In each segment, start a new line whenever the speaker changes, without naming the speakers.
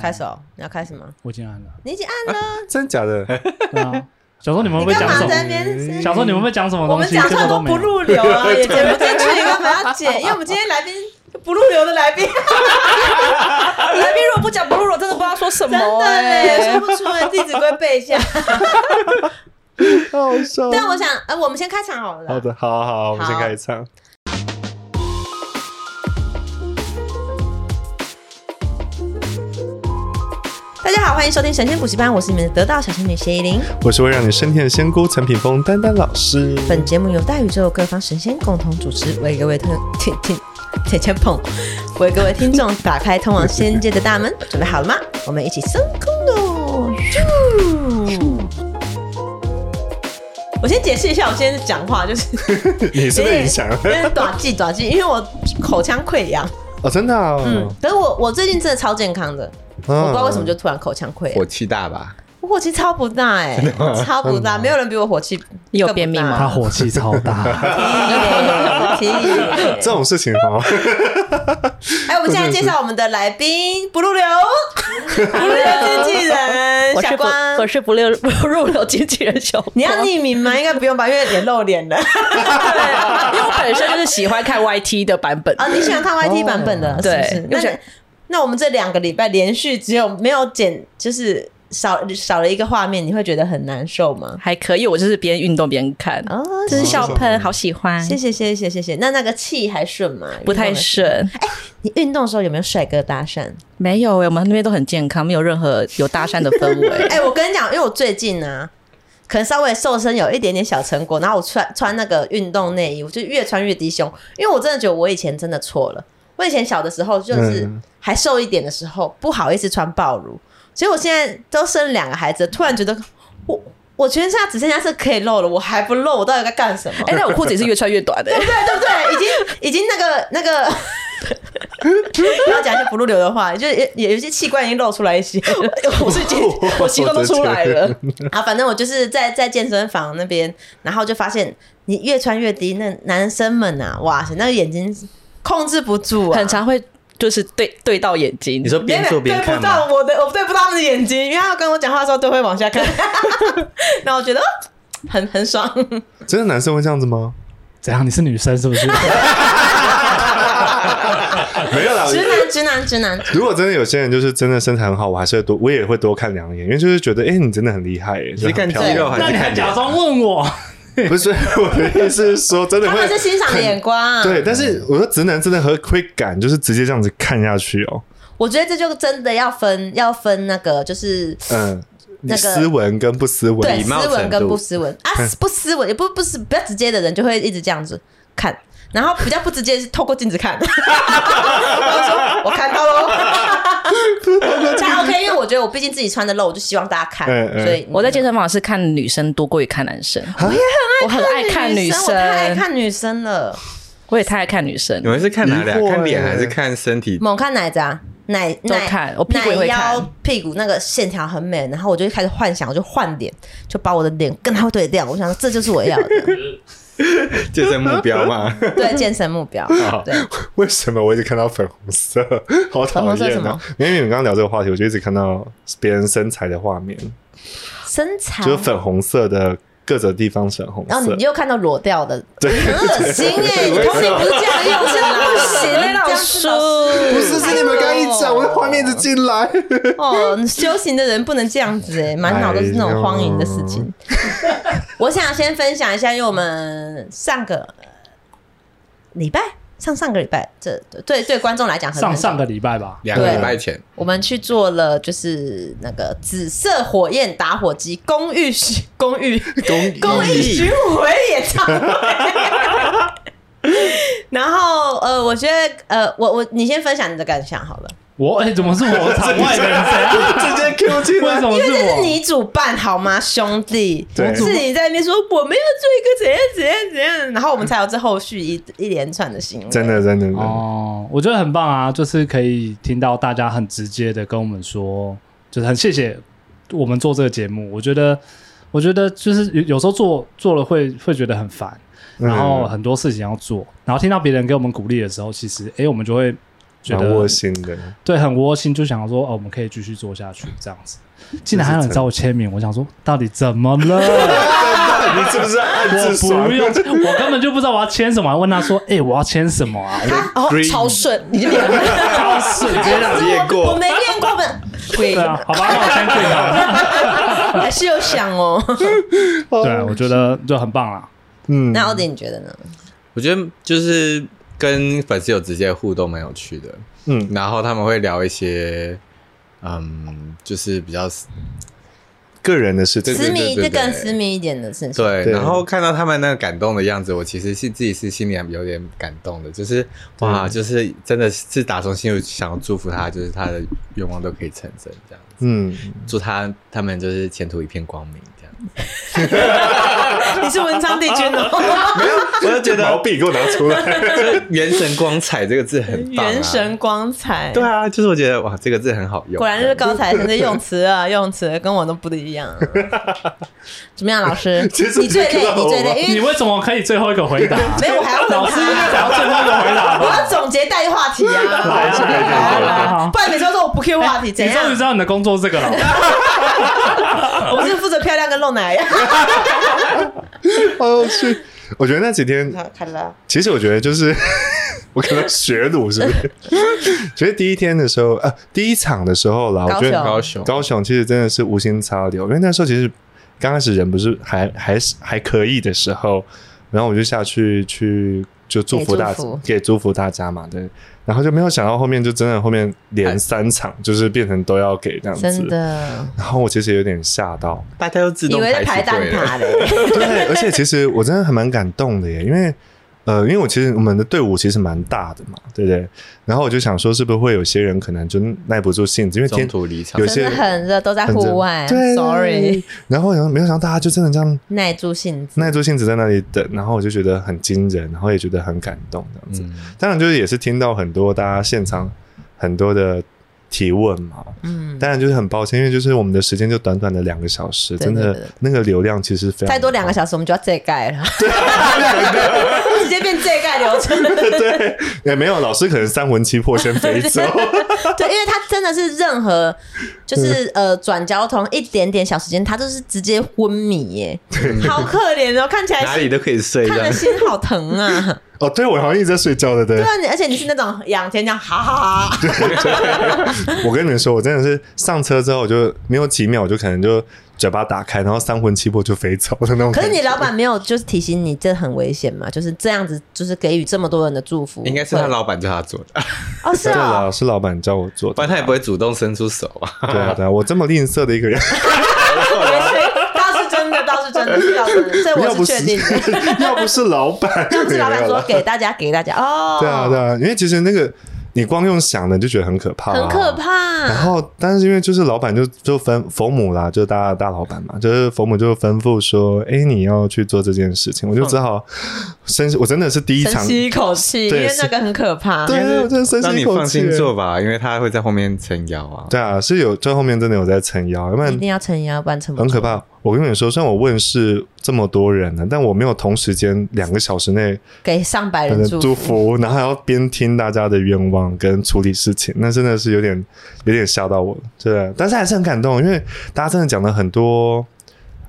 开始哦，你要开始吗？
我已经按了。
你已经按了，
真假的？
对啊，小时候你们会不会
干
讲
嘛
什
在
么？
那边？
小时候你们会不会讲什么
我
东
们
西？
讲
结
话
果
都
没
不
有。
入流啊，也剪不进去，你干嘛要 剪？因为我们今天来宾就不入流的来宾，
来宾如果不讲不录，我真的不知道说什么、 哎
真的 嘞，说不出来，《弟子规》背一 下。
好笑。
但我想，呃，我们先开场好了啦。
好的，好啊好啊，我们先
好
开始唱。
大家好，欢迎收听神仙补习班，我是你们的得道小仙女谢依霖。
我是会让你升天的仙姑陈品峰丹丹老师。
本节目由大宇宙各方神仙共同主持，为各位听听听听听碰，为各位听众打开通往仙界的大门，准备好了吗？我们一起升空喽！咻我先解释一下，我今天讲话就是
你是被 影响了
有点短气短气，因为我口腔溃疡。
哦，真的啊。
嗯，可是我我最近真的超健康的，
嗯
我不知道为什么就突然口腔溃疡
火，气大吧？
我火气超不大哎、超不大，没有人比我火气
你有
更不
便秘
大
吗
他火气超大，
屁嘞
这种事情 哦，
哎，我们现在介绍我们的来宾，不入流，不入流经纪人
我
小
是不
关。
我是不入不入流经纪人 小光，
你要匿名吗？应该不用吧，因为脸露脸 了。
因为我本身就是喜欢看 YT 的版本，
啊，你喜欢看 YT 版本的，是不是
哦对？
那
我觉
你
得
那我们这两个礼拜连续只有没有剪，就是少少了一个画面，你会觉得很难受吗？
还可以。我就是边运动边看，
啊，
这哦是笑喷，好喜欢。
谢谢谢谢谢谢。那那个气还顺吗？
不太
运动的时
顺，
候。你运动的时候有没有帅哥搭讪？
没有哎、我们那边都很健康，没有任何有搭讪的氛围。
哎、我跟你讲，因为我最近呢、可能稍微瘦身有一点点小成果，然后我穿穿那个运动内衣，我就越穿越低胸，因为我真的觉得我以前真的错了。我以前小的时候就是
嗯
还瘦一点的时候，不好意思穿暴露，所以我现在都生两个孩子，突然觉得我我全身上只剩下是可以露了，我还不露，我到底该干什么？
哎、但我裤子也是越穿越短欸的、
对对不对？已经已经那个那个。不要讲一些不入流的话，就是也也有些器官已经露出来一些了。
我是已经我习惯都出来 了。
啊，反正我就是在在健身房那边，然后就发现你越穿越低，那男生们啊，哇塞，那个眼睛控制不住啊，
很常会就是对对到眼睛。
你说边做边
对
看
不
吗？
到我的，我对不到他们的眼睛，因为他们跟我讲话的时候都会往 下看，然后我觉得哦很很爽，
真的男生会这样子吗？
怎样？你是女生是 不是？
没有啦。
直 男直男直男，
如果真的有些人就是真的身材很好，我还是会多，我也会多看两眼，因为就是觉得，哎、你真的很厉害、欸，
你是看肌肉还
那
是
你还
看
假
脸？
装 问我？
不是我的意思是说，真的
他
会
们是欣赏的眼光、啊，
对，但是我说直男真的很会敢，就是直接这样子看下去哦，
我觉得这就真的要分要分那个就是。
嗯，
那个
斯文跟不斯文，
对，
礼貌
斯文
程
跟
度嗯
不斯文啊，不斯文也不不是比较直接的人就会一直这样子看，然后比较不直接是透过镜子看， 然后说我看到 喽，但 OK，因为我觉得我毕竟自己穿的露，我就希望大家看，
嗯嗯
所以
我在健身房是看女生多过于看男生，我很爱看女
我太爱
生，
看女生了，
我也太爱看女生
你。们是看哪俩
疑惑？欸
看脸还是看身体？
猛看奶子啊。奶
都
奶
看我屁股也
奶
会看
腰屁股那个线条很美，然后我就开始幻想，我就换脸，就把我的脸跟他对调。我想这就是我要 的，
健身目标嘛？
对健身目标。
哦
对，
为什么我一直看到粉红色， 好讨
粉红色什
厌
么
啊！因为你们刚刚聊这个话题，我就一直看到别人身材的画面，
身材
就是粉红色的各个地方粉红
然后
色
哦你。又看到裸掉的，
对
很恶心哎！你通灵不是这样用的啦，这样子
不是，是你们刚刚一讲，我的画面一直进来。
哦，修行的人不能这样子哎，满脑都是那种荒淫的事情。我想先分享一下，因为我们上个呃礼拜，上上个礼拜，这对对观众来讲很
上上个礼拜吧，
两个礼拜 前，
我们去做了就是那个紫色火焰打火机公寓巡公寓公公寓巡回演唱会。然后呃，我觉得呃，我我你先分享你的感想好了，
我哎，怎么是我场外的 人？谁啊？
直接 Q 进
为什
来。
么是
这是
我？
你主办好吗，兄弟？
对
是你在那边说我们要做一个怎样怎样怎样，然后我们才有这后续一一连串的行为。
真的，真的，真的，
哦，我觉得很棒啊，就是可以听到大家很直接的跟我们说，就是很谢谢我们做这个节目。我觉得，我觉得就是有有时候做做了会会觉得很烦，
嗯
然后很多事情要做，然后听到别人给我们鼓励的时候，其实哎、诶我们就会觉
蛮
得
窝心的。
对，很窝心，就想说哦，我们可以继续做下去这样子。竟然还有人
真
找我签名，我想说到底怎么 了？
你是不是暗
我
自爽
不？用，我根本就不知道我要签什么，还问他说：“哎、我要签什么啊
他哦
Green
超顺，你 就练
超顺
直接让你练
我
过，
没练过本？”对
对啊，好吧，那我签最好了。
还是有想哦。
对，我觉得就很棒啦。
嗯，
那奥迪你觉得呢？
我觉得就是跟粉丝有直接互动，蛮有趣的。
嗯，
然后他们会聊一些，嗯，就是比较
个人的事情
对对
私密，
对
这
对对
更私密一点的事情。
对，
对
然后看到他们那个感动的样子，我其实是自己是心里有点感动的，就是哇，就是真的是打从心里想要祝福他，就是他的愿望都可以成真，这样
嗯，
祝他他们就是前途一片光明，这样。
你是文昌帝君哦，
我就觉
毛
得
笔给我拿出来。
“元神光彩”这个字很棒、啊，
元神光彩。
对啊，就是我觉得哇，这个字很好用，
果然是高材生的用词 啊，用词跟我都不一样啊。怎么样，老师？
其实
你最累，
你看到
你最
我吗
累，因
你
为
为什么可以最后一个回答？
没有我还要
老
等
师应该才
他啊，
要最后一个回答
我
吧？
要总结带话题啊。
来啊来啊来啊
不然每次都说我不 Q 话题， 怎
你终于
样
知？道你的工作是这 个了。
我是负责漂亮跟露奶呀。啊
哦，是，我觉得那几天，
看了，
其实我觉得就是 我可能学鲁是不是？ 其实第一天的时候，呃，第一场的时候啦，我
高
觉
雄
得
高雄
高雄其实真的是无心插柳，因为那时候其实刚开始人不是还还是还可以的时候，然后我就下去去就祝福大
给祝福
给祝福大家嘛，对，然后就没有想到后面就真的后面连三场就是变成都要给这样子
哎真，的，
然后我其实有点吓到，
大家都自
以
动
为在排
排
蛋
队了，
挞嘞。
对， 而且其实我真的还蛮感动的耶，因为呃，因为我其实我们的队伍其实蛮大的嘛，对不对？然后我就想说，是不是会有些人可能就耐不住性子，因为
中
天
途离场
有，
真
些
的很热，都在
很热
户外。
对
Sorry，
然后然后没有想到大家就真的这样
耐住性子。
耐住性子在那里等，然后我就觉得很惊人，然后也觉得很感动这样子。
嗯，
当然就是也是听到很多大家现场很多的提问嘛，
嗯，
当然就是很抱歉，因为就是我们的时间就短短的两个小时，
对
真
对
的
对
那个流量其实非常
再多两个小时我们就要这盖 了， 直接变这盖流程。
对， 也没有老师可能三魂七魄先飞走，
对，因为它真的是任何就是呃转交通一点点小时间，它都是直接昏迷耶，好可怜哦，看起来
哪里都可以睡
看
这
的
样。
心好疼啊。
哦，对，我好像一直在睡觉的，对
对。啊，你而且你是那种仰天这样，哈哈哈，
我跟你们说，我真的是上车之后，我就没有几秒，我就可能就嘴巴打开，然后三魂七魄就飞走的那种
可
感
是
觉。
你老板没有就是提醒你这很危险嘛，就是这样子，就是给予这么多人的祝福，
应该是他老板叫他做的，
哦是
对
啊，
啦，是老板叫我做
不
的
然。他也不会主动伸出手啊。
对啊，对啊，我这么吝啬的一个人，
倒是真的，倒是真的，是倒是真的，这
要
我
不
是
是
确定的。
要不是老板，
要不是老板
没有
说
啦
给大家，给大家哦，
对啊，对啊，因为其实那个你光用想的就觉得很可怕，啊
很可。怕。
然后，但是因为就是老板就就吩冯母啦，就是大大老板嘛，就是冯母就吩咐说，哎，你要去做这件事情，我就只好深，我真的是第一
深
场，
吸一口气，因
对
为那个很可怕。
对啊，我真的深
让
吸一
你
口
放
气
心做吧，因为他会在后面撑腰啊。
对啊，是有最后面真的有在撑腰，要不
一
然
定要撑腰，不然撑不
很
住。
可怕。我跟你们说，虽然我问世这么多人呢，但我没有同时间两个小时内
给上百人
呃
祝
祝
福，
福，然后还要边听大家的愿望跟处理事情，那真的是有点有点吓到我，对，但是还是很感动，因为大家真的讲了很多。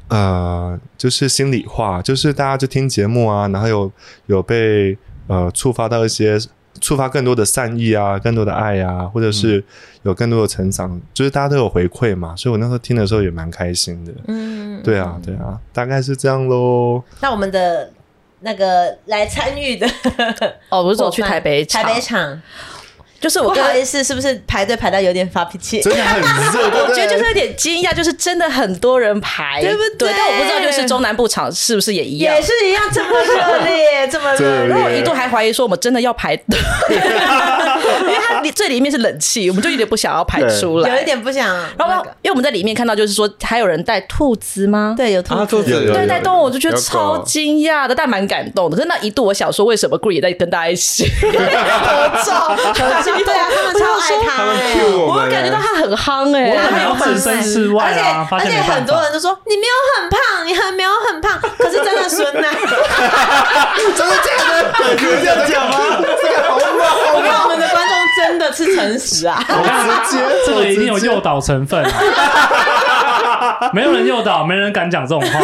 呃，就是心里话，就是大家就听节目啊，然后有有被呃触发到一些触发更多的善意啊，更多的爱啊，或者是有更多的成长，就是大家都有回馈嘛，所以我那时候听的时候也蛮开心的。
嗯，
对啊，对啊，大概是这样喽。
那我们的那个来参与的，
哦，我
不
是走去台北场，
台北场，
就是
不
我跟
好意思，是不是排队排到有点发脾气？
真的很热，对不
我觉
对
得就是有点惊讶，就是真的很多人排，
对不对
对？但我不知道，就是中南部场是不是也一样
也？是一样这么热烈，这么热
这
烈
么
然后我
热烈
一度还怀疑说，我们真的要排 队，因为它里最里面是冷气，我们就有点不想要排出来，
有一。点不想
然后
那个。，
因为我们在里面看到，就是说还有人带兔子吗？
对，有兔
啊，兔
子
子，有有
对，
有
带动物我就觉得
有
超
狗
惊讶的，但蛮感动的。可是那一度我想说，为什么 Green 也在跟大家一起 合照？
合照对啊，他们超爱他
他们
欸
Q 我
我
们，
感觉到他很夯哎、
我可能
欸，
要置身事外
而且
啊，发
而
现
且
没
很
办
多
法
人。都说你没有很胖， 你很没有很胖，可是真的孙啊呐、
真的假的？可以这样讲吗？这个好冷。
我跟我们的观众真的是诚实啊，
直接
这个一定有
直接
诱导成分、啊，没有人诱导，没人敢讲这种话。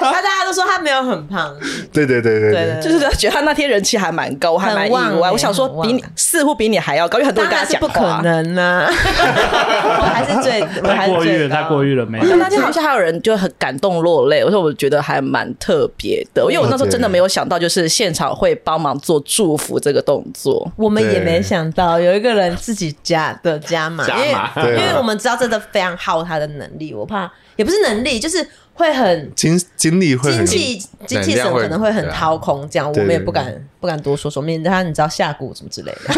他大家都说他没有很胖，
对对对对
对
对，
对，
就是觉得他那天人气还蛮高，我还
很
蛮意
旺
外。
欸
我想说
很旺
比你似乎比你还要高，因为很多
当
人跟他
然是
讲
不可
话。
能啦、
啊
我还是最，我还
太
是
过誉了，
最
太过
誉。
誉了，没有。
但那天好像还有人就很感动落泪，我说我觉得还蛮特别的，因为我那时候真的没有想到，就是现场会帮忙做祝福这个动作。
我们也没想到有一个人自己加的加码，
加
因为
码
因
对啊
为我们知道真的非常耗他的能力，我怕也不是能力，就是会很
精精力会
精
很
气精气神可能会很掏空，这样我
对
们也不敢不敢多说说，免得他你知道下蛊什么之类的。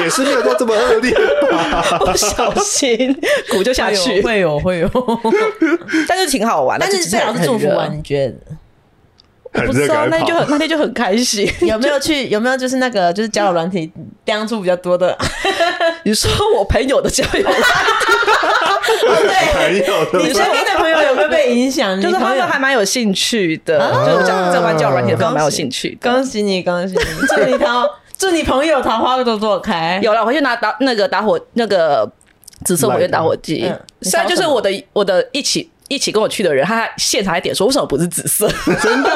也是没有到这么恶劣吧？
不小心鼓就下去，
哎 会有会有，
但是挺好玩的。
但是
就
最好
很
是祝福
很
完，
热啊
你觉得
很
不
热
知道
感
啊
那天就
跑
很那天就很开心。
有没有去有没有就是那个就是交友软体当初比较多的？
你说我朋友的交友，
对，
朋友
你
的吧
身边的朋友有没有被影响？
就是 他
你朋
们
友
还蛮有兴趣的，
啊
就是讲在玩交友软体的朋友蛮有兴趣的。
恭喜你恭喜你，祝你桃 祝你朋友桃花朵朵开。
有了，我去拿打那个打火那个紫色火焰打火机
嗯，你
虽然
烧
就是
什么
我的我的一起。一起跟我去的人，他还现场还点说为什么不是紫色？真的，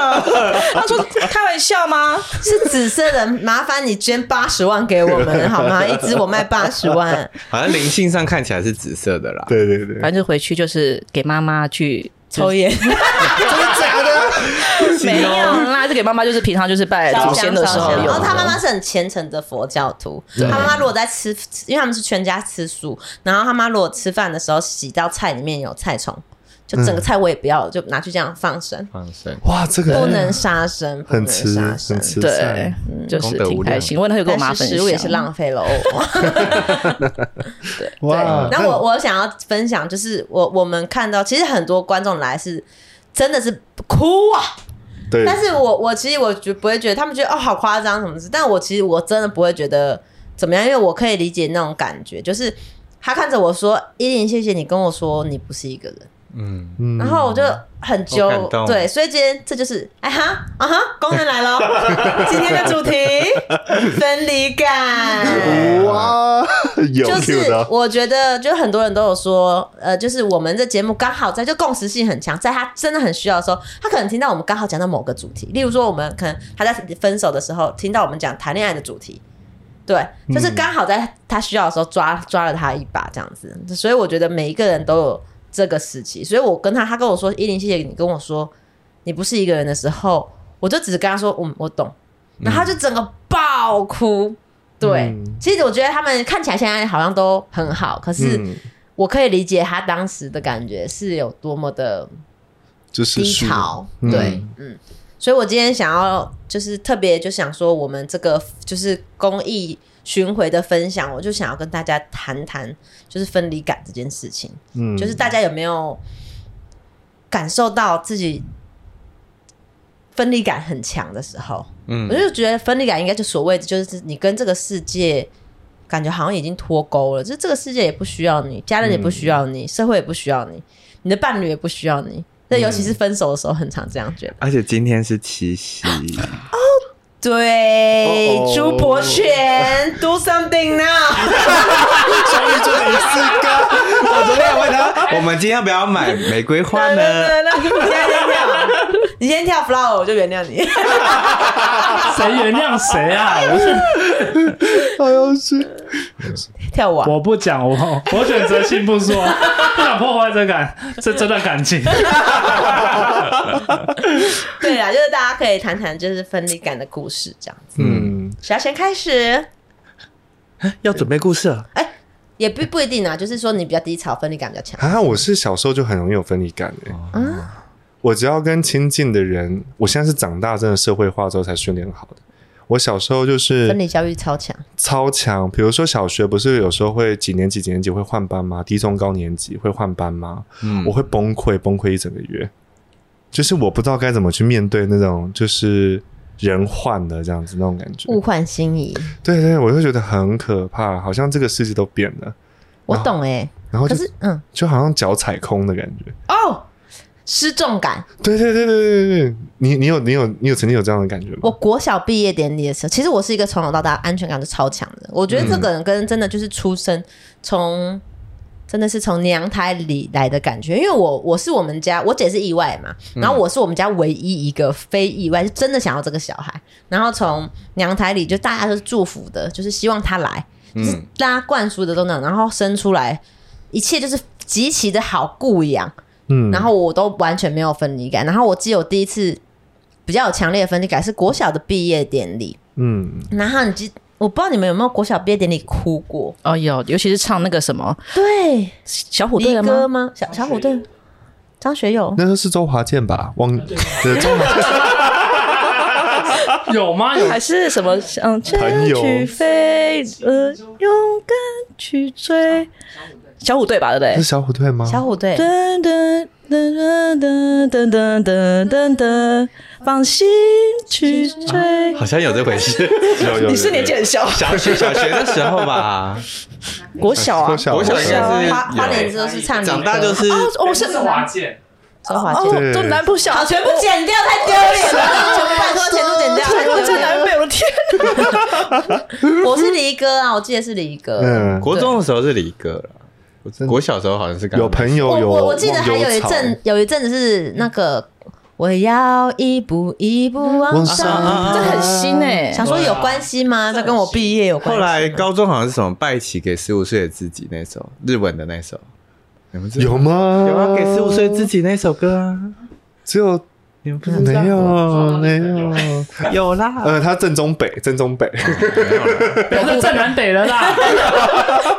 他说开玩笑吗？
是紫色的，麻烦你捐八十万给我们好吗？一支我卖八十万，
好像灵性上看起来是紫色的啦。
对对对，
反正就回去就是给妈妈去
抽烟。
没有啦，是给妈妈就是平常就是拜哎祖先的时候
然
有
后。他妈妈是很虔诚的佛教徒，他妈妈如果在吃，因为他们是全家吃素，然后他妈如果吃饭的时候洗到菜里面有菜虫，就整
嗯
个菜我也不要，就拿去这样放生，
放生，
哇，这个
不能杀生，不
很
能
吃
杀生
很。吃
对
菜，，
就是挺开心。我那时候有跟我妈
但是
分享，
食物也是浪费了哦。
哎
啊
哇！
那我我想要分享，就是我我们看到，其实很多观众来是真的是哭啊，
对，
但是我我其实我觉不会觉得他们觉得哦好夸张什么事，但我其实我真的不会觉得怎么样，因为我可以理解那种感觉，就是他看着我说：“依琳，谢谢你跟我说你不是一个人。
嗯，
嗯
然后我就很揪
好感，动
对，所以今天这就是哎哈啊哈，工人来了， 今天的主题分离感。
哇，有
就是
Q 的，
我觉得，就很多人都有说，呃，就是我们这节目刚好在就共识性很强，在他真的很需要的时候，他可能听到我们刚好讲到某个主题，例如说我们可能他在分手的时候听到我们讲谈恋爱的主题，对，
嗯
就是刚好在他需要的时候抓抓了他一把这样子，所以我觉得每一个人都有这个时期，所以我跟他，他跟我说依林，谢谢你跟我说你不是一个人的时候，我就只是跟他说，嗯，我懂，然后他就整个爆哭。对，
嗯
其实我觉得他们看起来现在好像都很好，可是
嗯，
我可以理解他当时的感觉是有多么的
就是
低
是
潮。
嗯
对，嗯，所以我今天想要就是特别就想说，我们这个就是公益巡回的分享，我就想要跟大家谈谈就是分离感这件事情。
嗯，
就是大家有没有感受到自己分离感很强的时候？
嗯
我就觉得分离感应该就所谓的就是你跟这个世界感觉好像已经脱钩了，就是这个世界也不需要你，家人也不
嗯
需要你，社会也不需要你，你的伴侣也不需要你。那尤
嗯
其是分手的时候，很常这样
哦
觉得。
而且今天是七夕，
对
哦哦
朱伯权，do something now，
相遇就你四个，
我昨天还问他，我们今天要不要买玫瑰花呢？
你先跳，你先跳 flower，我就原谅你。
谁原谅谁啊？
好像哎是
跳啊完
我，我不讲，我我选择性不说，不想破坏这感这这段感 情。
对啦，就是大家可以谈谈就是分离感的故事这样子。
嗯，
谁要先开始？ 哎
要准备故事了，
也不不一定啊，就是说你比较低潮，分离感比较强。
啊，我是小时候就很容易有分离感诶、
啊
我只要跟亲近的人，我现在是长大真的社会化之后才训练好的。我小时候就是
分离焦虑超强，
嗯
超强。比如说小学不是有时候会几年级几年级会换班吗？低中高年级会换班吗？
嗯
我会崩溃，崩溃一整个月。就是我不知道该怎么去面对那种就是人换的这样子那种感觉。
物换星移，
对对，我就觉得很可怕，好像这个世界都变了，
我懂哎、
然后
可
就是
嗯
就好像脚踩空的感觉。
哦，失重感。
对对对对对对对，你你有你有你有曾经有这样的感觉
我
吗？
国小毕业典礼的时候，其实我是一个从小到大安全感都超强的。我觉得这个人跟真的就是出生从、真的是从娘胎里来的感觉，因为我我是我们家我姐是意外嘛，然后我是我们家唯一一个非意外，是真的想要这个小孩，然后从娘胎里就大家都是祝福的，就是希望他来，就是
嗯
大家灌输的都能，然后生出来一切就是极其的好顾养。
嗯，
然后我都完全没有分离感。然后我记得我第一次比较有强烈的分离感是国小的毕业典礼，
嗯，
然后你记，我不知道你们有没有国小毕业典礼哭过？
哦，有，尤其是唱那个什么
对，
小虎队
离
的
歌
吗？
吗？小小虎队，张学友。
那时候是周华健吧？忘对周华健
有吗？有
还是什么？嗯，
朋友
去飞，呃，勇敢去追。小虎队吧，对不对
是？小虎队吗？
小虎队，
噔噔噔噔噔噔噔噔噔，放心去追。
好像有这回事。
有有有
你是年纪很小，
小学小学的时候吧，
国小啊，
国小
国小应该是
花花
有
莲之后是唱离歌
长大就是
哦，我是
华健，
周华健。
哦，
对
都南部小，
好，全部剪掉，太丢脸了！全部拜托，全部剪掉，
全部在
太
南北，我 的天！
丢脸了。我是离歌啊，我记得是离歌。
嗯，
国中的时候是离歌了，我国小的时候好像是刚
有朋
我
友有
我我记得还有
忘忧
一
草
阵，有一阵子是那个我要一步一步往
往
上
上
这
啊
很新哎、
想说有关系吗？这跟我毕业有关
后
系吗。
来高中好像是什么拜旗给十五岁的自己那首日文的那首，你们知道
有？吗？
有啊，给十五岁自己那首歌啊，
只有
你们不知
没
道？
有没 有，
有啦，
呃，他正中北，正中北，
不要再站南北了啦！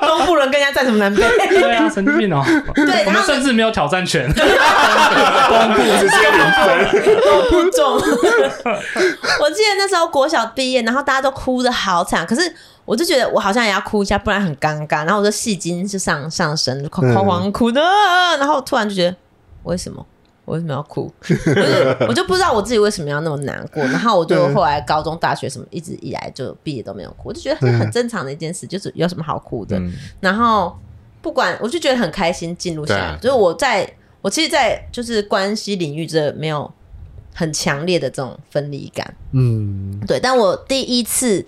东部人跟人家在什么 南北？
对啊，神经病哦！
对
我
然
们
后
甚至没有挑战权。
东部直接零分。
我不中。 我记得那时候国小毕业，然后大家都哭的好惨，可是我就觉得我好像也要哭一下，不然很尴尬。然后我就戏精就上上身，狂
嗯
狂狂哭的，啊然后突然就觉得为什么？我为什么要哭？就是我就不知道我自己为什么要那么难过。然后我就
嗯
后来高中、大学什么，一直以来就毕业都没有哭，我就觉得这很正常的一件事，就是有什么好哭的？
嗯
然后不管，我就觉得很开心进入下来，
对啊
就是我在我其实，在就是关系领域这没有很强烈的这种分离感，
嗯，
对，但我第一次。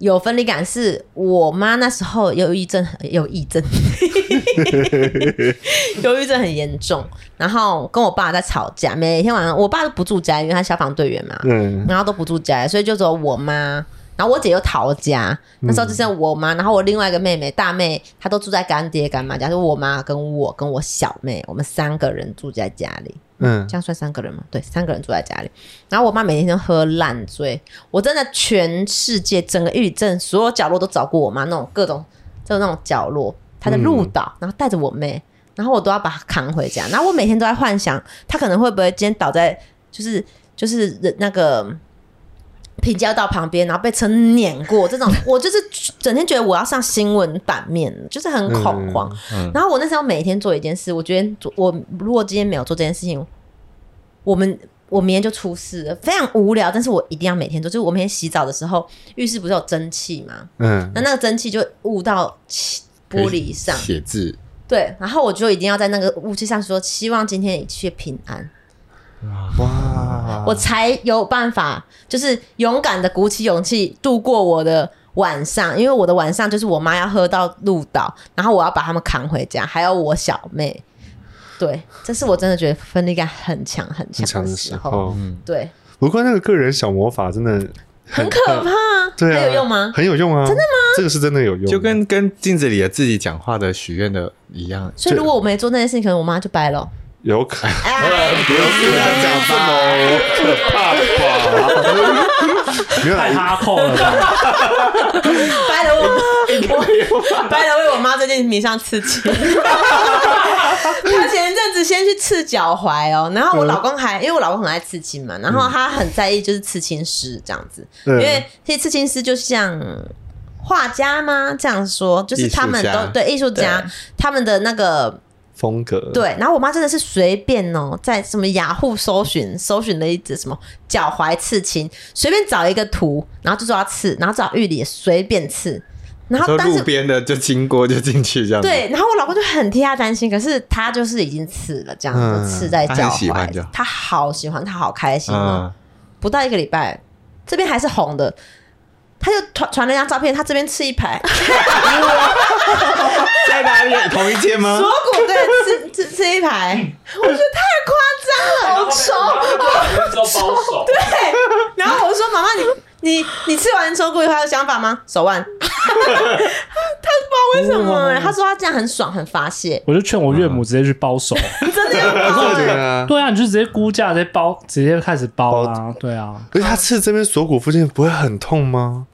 有分离感是我妈那时候忧郁症， 忧郁症，忧郁症很严重。然后跟我爸在吵架，每天晚上我爸都不住家，因为他消防队员嘛，
嗯，
然后都不住家，所以就只有我妈，然后我姐又逃家，那时候就剩我妈，然后我另外一个妹妹大妹，她都住在干爹干妈家，就是我妈跟我跟我小妹，我们三个人住在家里，
嗯
这样算三个人吗？对，三个人住在家里，然后我妈每天都喝烂醉，我真的全世界整个抑郁症所有角落都找过我妈，那种各种就那种角落，她在鹿岛，然后带着我妹，然后我都要把她扛回家，然后我每天都在幻想她可能会不会今天倒在就是就是人那个。平交道旁边，然后被车碾过，这种我就是整天觉得我要上新闻版面，就是很恐慌。然后我那时候每天做一件事，我觉得做我如果今天没有做这件事情，我们我明天就出事了，非常无聊，但是我一定要每天做。就是我每天洗澡的时候，浴室不是有蒸汽吗？
嗯
那那个蒸汽就雾到漆玻璃上，
写字，
对，然后我就一定要在那个雾气上说，希望今天一切平安，
哇，
我才有办法，就是勇敢的鼓起勇气度过我的。晚上，因为我的晚上就是我妈要喝到鹿岛，然后我要把他们扛回家，还有我小妹。对，这是我真的觉得分离感很强很
很
强
强
的
的
时
时
候。
候。
对，
不过那个个人小魔法真的
很可怕，
对啊，
还有用吗？
很有用啊！真的吗？这个是真的有用，
就跟跟镜子里的自己讲话的许愿的一样，
所以如果我没做那件事情，可能我妈就掰了。
有可能
哎，
不是这样子哦，可怕吧？ 没有
太
啦，
哈扣了吧？
掰 了
哎
我，掰了为我妈最近迷上刺 青。她前一阵子先去刺脚踝哦，然后
嗯
我老公还因为我老公很爱刺青嘛，然后他很在意就是刺青师这样子，因
嗯
为其实刺青师就像。画家吗？这样说，就是他们
艺
都
术家
对艺术家，他们的那个
风格
对，然后我妈真的是随便哦，在什么雅虎搜寻搜寻了一只什么脚踝刺青，随便找一个图，然后就说要刺，然后找玉里随便刺，然后
说
但
路
是
边的就经过就进去这样子，
对，然后我老公就很替他担心，可是他就是已经刺了，这样
嗯
子刺在
他
脚
很喜欢
踝
就好，
他好喜欢，他好开心哦。
嗯，
不到一个礼拜，这边还是红的，他就传传了一张照片，他这边吃一排
在哪里？同一间吗
锁？骨，对，吃吃吃一排， 我觉得太夸张了，好丑。
包手，
对， 然后我就说：“妈妈，你你你吃完抽骨以后还有想法吗？手腕。” 他他不知道为什么、欸，他说他这样很爽，很发 泄，
我就劝我岳母直接去包手。
真的要包、
对
欸。
啊，
对啊，你就直接估价，直接包，直接开始包啊。对啊，
可是他刺这边锁骨附近不会很痛吗？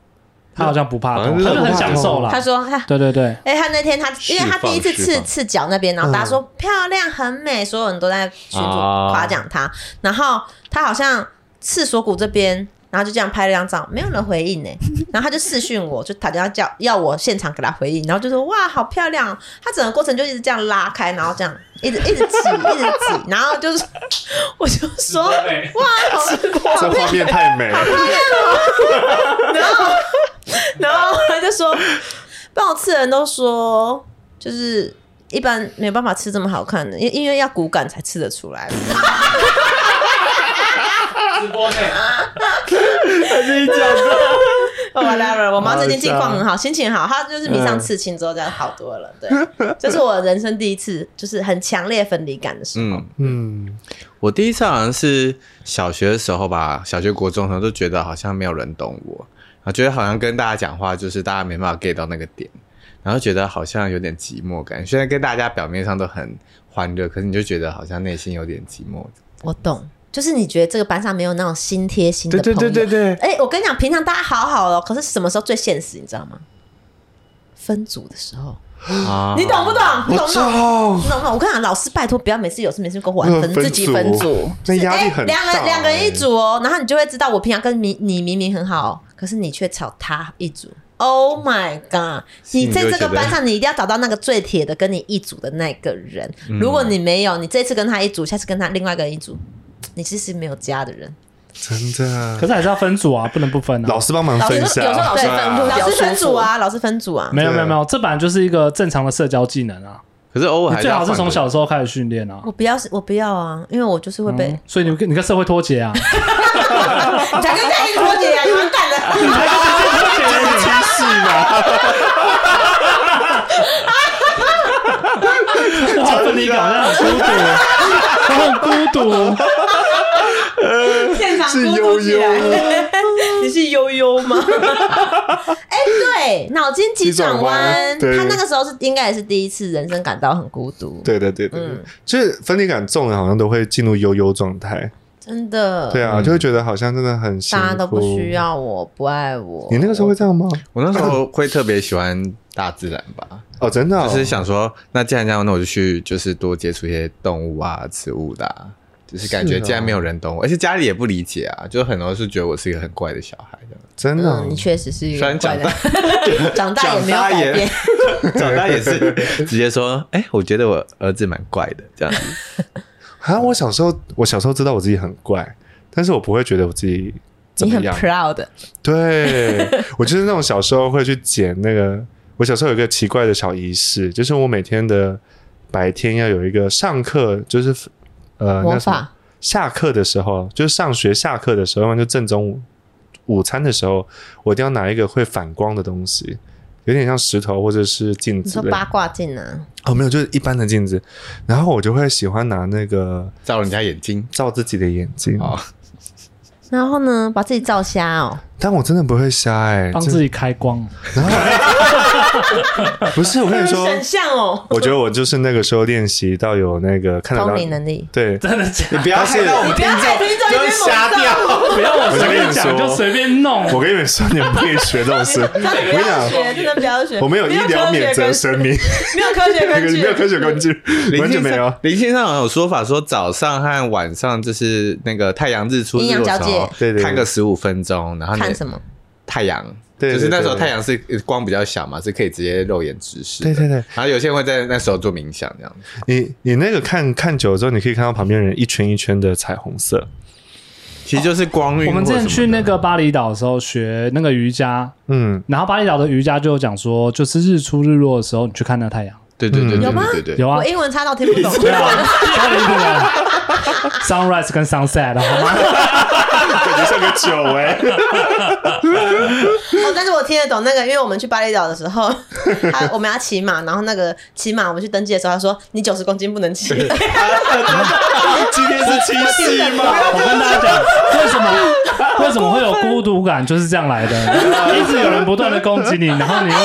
他好像不怕
好
痛，
像
他
是
就很
不怕
享
痛
受啦
他。说：“ 他
对对对，
哎、他那天他因为他
释放
第一次
释
刺
放嗯
刺脚那边，然后大家说、漂亮很美，所有人都在群主
啊
夸奖他。然后他好像刺锁骨这边，然后就这样拍了张照，没有人回应 呢、然后他就私讯我，就打电话叫要我现场给他回应，然后就说哇好漂亮哦。他整个过程就一直这样拉开，然后这样一直一直挤一直挤，然后就是 我就说哇好
这
好漂
画面太 美了，
然后他就说，帮我吃的人都说，就是一般没有办法吃这么好看的，因因为要骨感才吃得出来。
直播内
哦 Whatever，我妈最近近况很好，心情很好，她就是迷上刺青之后，这样好多了。对，这是我人生第一次，就是很强烈分离感的时候
嗯。，
嗯，
我第一次好像是小学的时候吧，小学、国中的时候就觉得好像没有人懂我，啊，觉得好像跟大家讲话就是大家没办法 get 到那个点，然后觉得好像有点寂寞感。虽然跟大家表面上都很欢乐，可是你就觉得好像内心有点寂寞。
我懂，就是你觉得这个班上没有那种心贴心的
对
朋
对
友。
对对对，
哎、我跟你讲，平常大家好好哦，可是什么时候最现实，你知道吗？分组的时候，
啊
你懂不懂？你懂
我
不懂？
操，
你懂吗？我跟你讲，老师拜托不要每次有事没事跟我玩分
嗯
自
分
自
己。
己分组，
那压力
哎
很大
两
欸，
个两个人一组哦，然后你就会知道我平常跟你你明明很好，可是你却吵他一组。Oh my god！你在这个班上，你一定要找到那个最铁的跟你一组的那个人。
嗯
如果你没有，你这次跟他一组，下次跟他另外一个人一组，你其实没有家的人。
真的
可，是还是要分组啊，不能不分啊。
老师帮忙
老师
分
有
一
时候
下，
老师分组比
老
较
师分
舒
组
服，
啊，老师分组啊。
没有
对
没有没有，这本来就是一个正常的社交技能啊。
可是偶尔还
你最
要
好是
换
从
个
小时候开始训练啊
我。不要，我不要啊，因为我就是会被
嗯，所以你跟你跟社会脱节啊，
你才跟在一坨姐啊，你完蛋了。
歧视嘛，
哇，分离感好像很孤独，我很孤独。
现场
是
孤
悠
独起
悠
来，你是悠悠吗？哎、对，脑筋急转弯，
急转弯对
他那个时候是应该也是第一次人生感到很孤独，
对对对
嗯
对对，就是分离感重的，好像都会进入悠悠状态，
真的，
对啊，
嗯
就会觉得好像真的很辛苦
大家都不需。要我，不爱我。
你那个时候会这样吗？
我那时候会特别喜欢大自然吧，
哦，真的哦，
就是想说，那既然这样，那我就去就是多接触一些动物啊、植物的、啊，就是感觉
是哦
既然没有人懂我，而且家里也不理解啊，就很多人是觉得我是一个很怪的小孩这样
真的哦
嗯，你，确实是一
虽
个
然
怪
长
的， 长大也没有改变，
长大也是直接说，哎、我觉得我儿子蛮怪的这样子。
啊，我小时候我小时候知道我自己很怪，但是我不会觉得我自己怎
你
么
很
样，
proud，
对，我就是那种小时候会去剪那个，我小时候有一个奇怪的小仪式，就是我每天的白天要有一个上课，就是呃，
魔
那什么
法
下课的时候，就是上学下课的时候，就正中午午餐的时候，我一定要拿一个会反光的东西。有点像石头或者是镜
你
子
说
类
八卦镜啊，
哦，没有，就是一般的镜子。然后我就会喜欢拿那个
照人家眼睛
照自己的眼睛，
哦，
然后呢，把自己照瞎哦，
但我真的不会瞎哎、
帮
真
自己开光，
不是我跟你 说，
像哦，
我觉得我就是那个时候练习到有那个看得
通
到
灵能力，
对，
真的假的？
你不要
是
害到我们
不要害听众
就瞎掉。
不要我随便
我
讲，
就跟你说
就随便弄。
我跟你们说，你们不可以学这种事。 我跟
真的
你
不要学，
讲，
真的不要学。
我们有
没
医疗
科学
免责
根
声 明，
没有 科学
那个
根
没
据，
有科学 根据，完全没有。
林先生好像有说法说，早上和晚上就是那个太阳日出
阴
日
阳
落
交
的时
界
候，
对对对
看个十五分钟，然后你
看什么？
太阳，
对
就是那时候
对对
太阳是光比较小嘛，是可以直接肉眼直视的。
对对对
然后有些人会在那时候做冥想这样子。
你你那个看看久了之后，你可以看到旁边人一圈一圈的彩虹色，
其实就是光晕。
我们之前去那个，巴厘岛的时候学那个瑜伽，
嗯，
然后巴厘岛的瑜伽就有讲说，就是日出日落的时候，你去看那太阳。
对对对
嗯
对
有吗
对对对，
有啊
我，英文差到听 不懂。
对啊，超离谱的。Sunrise 跟 Sunset 好吗？
感觉像个酒哎、
哦，但是我听得懂那个，因为我们去巴厘岛的时 候，他我们要骑马，然后那个骑马我们去登记的时候，他说你九十公斤不能骑，
今天是七夕吗？
我跟大家讲，为什么为什么会有孤独感，就是这样来 的。一直有人不断的攻击你，然后你又、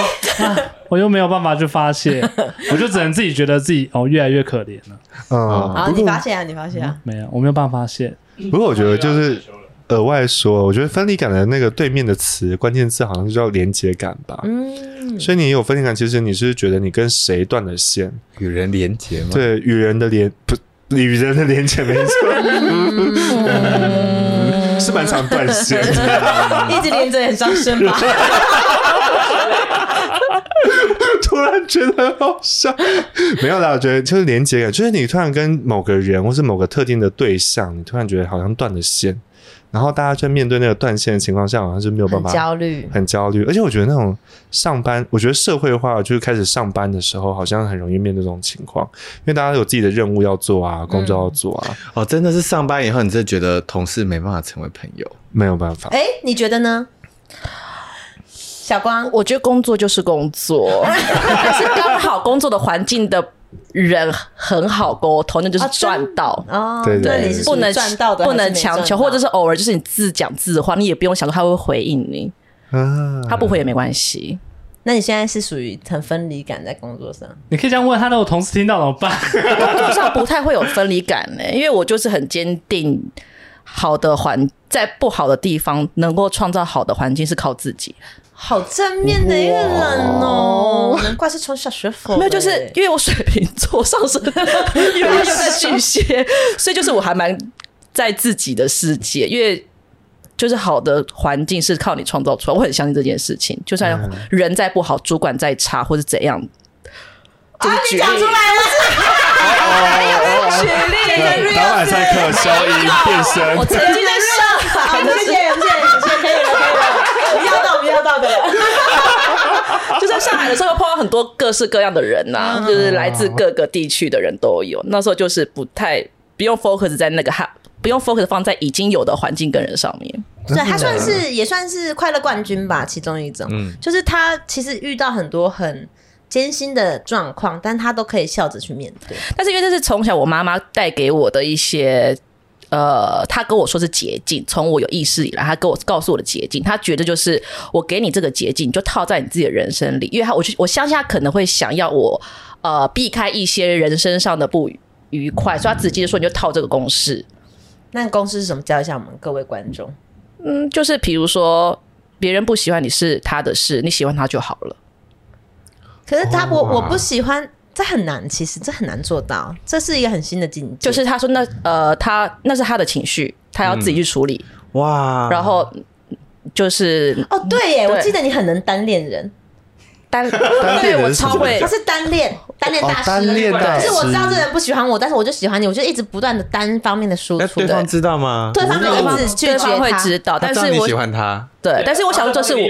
啊，我又没有办法去发泄，我就只能自己觉得自己哦越来越可怜了。
然
嗯，
后
不
你
过
发现啊，你发现啊，
没有，我没有办法发泄。
不过我觉得就是额外说，我觉得分离感的那个对面的词关键字好像就叫连接感吧。
嗯，
所以你有分离感，其实你是觉得你跟谁断了线，
与人连结嘛。
对与人的连不与人的连接没
嗯
错，是蛮常断线 的，
一直连着也很伤身吧。
突然觉得很好笑。没有啦，我觉得就是连接感，就是你突然跟某个人或是某个特定的对象，你突然觉得好像断了线，然后大家在面对那个断线的情况下，好像是没有办
很
法
焦虑，
很焦虑，而且我觉得那种上班，我觉得社会化就是开始上班的时候，好像很容易面对这种情况，因为大家有自己的任务要做啊，工作要
嗯
做啊，
哦，真的是上班以后，你就觉得同事没办法成为朋友。
没有办法。
哎，你觉得呢？小光，
我觉得工作就是工作，但 是刚好工作的环境的人很好沟通，那就是
啊真
赚到。
哦，
对对
那
对
你是
不能
赚到的，
不能强求，或者是偶尔就是你自讲自话，你也不用想说他会回应你，
啊，
他不回也没关系。
那你现在是属于很分离感在工作上，
你可以这样问他，那我同事听到怎么办？
工作上不太会有分离感呢、因为我就是很坚定，好的环在不好的地方能够创造好的环境是靠自己。
好正面的一个人哦，难怪是从小学佛的耶，哎
没有，就是因为我水瓶座上升 又又在巨蟹，所以就是我还蛮在自己的世界，因为。就是好的环境是靠你创造出来，我很相信这件事情。就算人再不好，主管再差，或者怎样，就是
啊
举例、
打晚赛克消音变身
我，曾经在上
好，谢谢谢谢谢谢，可以了可以了，不要到不要到的了。
就在上海的时候，碰到很多各式各样的人呐、
嗯
就是来自各个地区的人都有。那时候就是不太不用 focus 在那个哈，不用 focus 放在已经有的环境跟人上面。
对他算是也算是快乐冠军吧，其中一种。
嗯
就是他其实遇到很多很艰辛的状况，但他都可以笑着去面对。
但是因为这是从小我妈妈带给我的一些。呃，她跟我说是捷径，从我有意识以来，她跟我告诉我的捷径，她觉得就是我给你这个捷径，你就套在你自己的人生里，因为她我就我相信她可能会想要我呃避开一些人生上的不愉愉快，所以她直接说你就套这个公式，
那公司是什么？教一下我们各位观众。
嗯，就是比如说别人不喜欢你是他的事，你喜欢他就好了。
可是他
哦
我我
哇
不喜欢，这很难，其实这很难做到，这是一个很新的境界。
就是他说那呃，他那是他的情绪，他要自己去处理，
哇，
然后就是
哦，对耶，
嗯对
我记得你很能单恋人，
单
单恋
对
人
我
是什么
超会
他。是单恋单恋大师，
哦单恋大
就
师
是我知道这人不喜欢我，但是我就喜欢你，我就一直不断的单方面的输
那
出
哎
对。方知道吗？
对方
对
会一直
方
拒绝
对
他，
方会知道，
他
但
知
是
道你
我
喜欢他，
对，但是我想说这是我，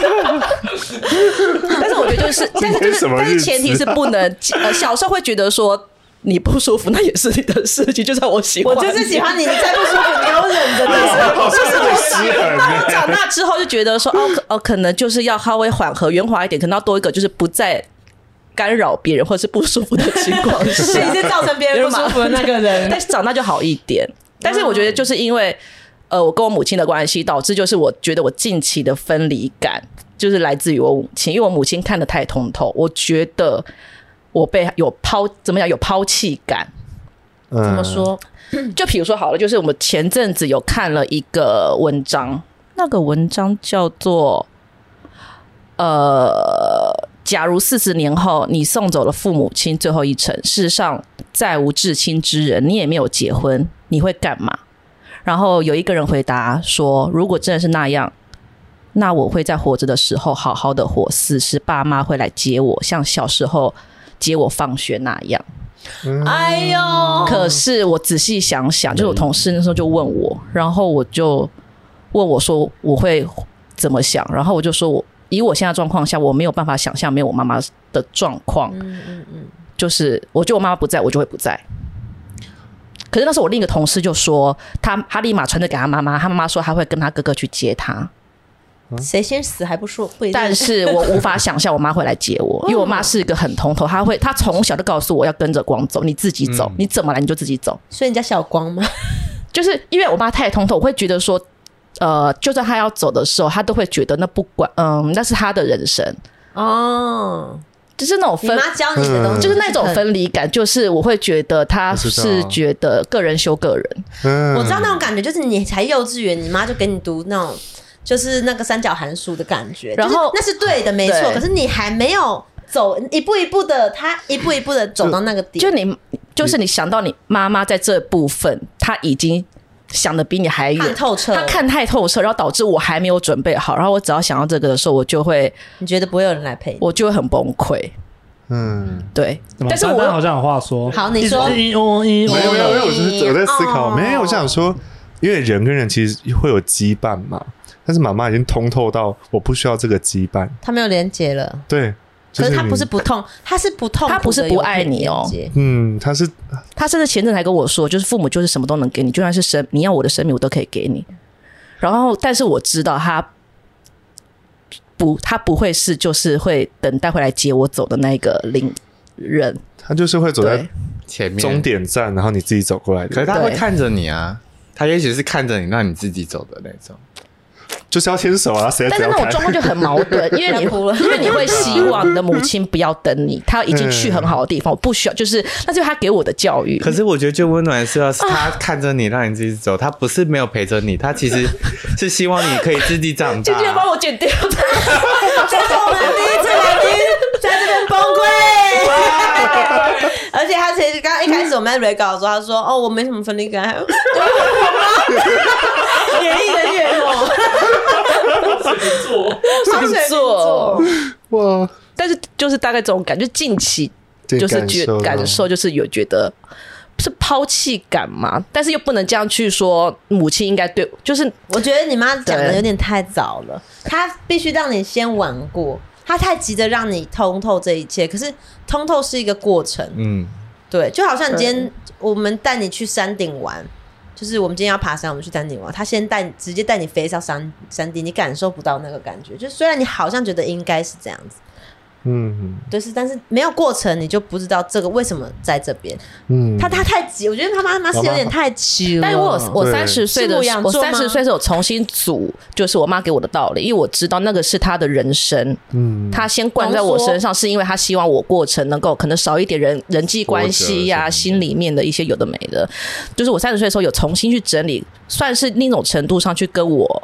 但是我觉 得就是，但是
今
就
天什
是，
么
但
日
是
子
前提是不能，呃，小时候会觉得说你不舒服，那也是你的事情，就算我喜欢
我
你，
就是喜欢你，你再不舒服，你给我忍着。但是
好 像有点失衡
那我
欸。
长大之后就觉得说，哦可哦，可能就是要稍微缓和、圆滑一点，可能要多一个，就是不再干扰别人或者是不舒服的情 况
所以
下
你。是造成别人不舒服的那个人。
但是长大就好一点，但是我觉得就是因为呃，我跟我母亲的关系，导致就是我觉得我近期的分离感就是来自于我母亲，因为我母亲看得太通透，我觉得我被有抛怎么讲有抛弃感，
嗯
怎么？说？
就比如说好了，就是我们前阵子有看了一个文章，那个文章叫做呃，假如四十年后你送走了父母亲最后一程，世上再无至亲之人，你也没有结婚，你会干嘛？然后有一个人回答说：“如果真的是那样，那我会在活着的时候好好的活，死时爸妈会来接我，像小时候接我放学那样。”
嗯
哎呦，
可是我仔细想想，就是我同事那时候就问我，然后我就问我说我会怎么想，然后我就说我以我现在状况下，我没有办法想象没有我妈妈的状况，
嗯嗯嗯，
就是我觉得我妈妈不在，我就会不在。可是那时候我另一个同事就说，他他立马传着给他妈妈，他妈妈说他会跟他哥哥去接他，
谁先死还不说，不一定。
但是我无法想象我妈会来接我，因为我妈是一个很通透，她会她从小就告诉我要跟着光走，你自己走，你怎么来你就自己走。
所以你家小光吗？
就是因为我妈太通透，我会觉得说，呃，就算她要走的时候，她都会觉得那不管，嗯，那是她的人生，
哦，
就是那种
你
分，
妈教你
嗯
的东
嗯
西，
就是那种。分离感，就是我会觉得她
我知道
是觉得个人修个人，
嗯
我知道那种感觉，就是你才幼稚园，你妈就给你读那种，就是那个三角函数的感觉。
然后
就是那是对的，没错。
对
可是你还没有走一步一步的，他一步一步的走到那个点。
就你就是你想到你妈妈在这部分，她已经想的比你还
看
远。
透彻，
她看太透彻，然后导致我还没有准备好，然后我只要想到这个的时候，我就会
你觉得不会有人来陪你？
我就会很崩溃。
嗯，
对，
怎么
但是
丹
我
丹好像有话说。
好你
一直
说
一哦一哦
没有没有没有，我就是我在思考，
哦
没有，我想说，因为人跟人其实会有羁绊嘛，但是妈妈已经通透到我不需要这个羁绊，
他没有连接了，
对，
可
就是
他
你
不是，不痛，他是不痛苦的，
他不是不爱你哦
有连接
嗯，他是
他甚至前阵才跟我说，就是父母就是什么都能给你，就算是生你要我的生命，我都可以给你。然后，但是我知道他不，他不会是就是会等待会来接我走的那个领人。
他就是会走在
对，
前面
终，点站，然后你自己走过来
可是
的，
他会
对
看着你啊，他也许是看着你，让你自己走的那种。
就是要牵手啊，谁
但
谁
是
要
那种
看
状况就很矛盾，因为你
要哭了
因为你会希望你的母亲不要等你，她已经去很好的地方，我不需要，就是那就是她给我的教育。
可是我觉得最温暖的是，
啊
要是他看着你，让你自己走，他不是没有陪着你，他其实是希望你可以自己长
今天
大
帮。我剪掉，
这是我们第一次来宾在这边崩 溃，而且他其实刚刚一开始我们在 re 稿的时候，他说：“哦，我没什么分离感。”嗯演绎的月哦梦，双水瓶座，
哇，
但是就是大概这种感觉，近期
这
就是觉
受啊
感
到
受，就是有觉得是抛弃感嘛，但是又不能这样去说母亲应该对，就是
我觉得你妈讲的
对
有点太早了，她必须让你先玩过，她太急着让你通透这一切。可是通透是一个过程，
嗯，
对，就好像你今天
对
我们带你去山顶玩，就是我们今天要爬山，我们去山顶玩，他先带你直接带你飞上山山顶，你感受不到那个感觉。就虽然你好像觉得应该是这样子，
嗯
就是但是没有过程，你就不知道这个为什么在这边。
嗯，
他他太急，我觉得他妈妈是有点太急了。
但是我有我
对
三十
嗯
岁
是
的
牧羊
我
座吗
三十岁的时候重新组，就是我妈给我的道理，因为我知道那个是她的人生，
嗯
她先灌在我身上，是因为她希望我过程能够可能少一点人人际关系呀、
挫折什么
心里面的一些有的没的，就是我三十岁的时候有重新去整理，算是另一种程度上去跟我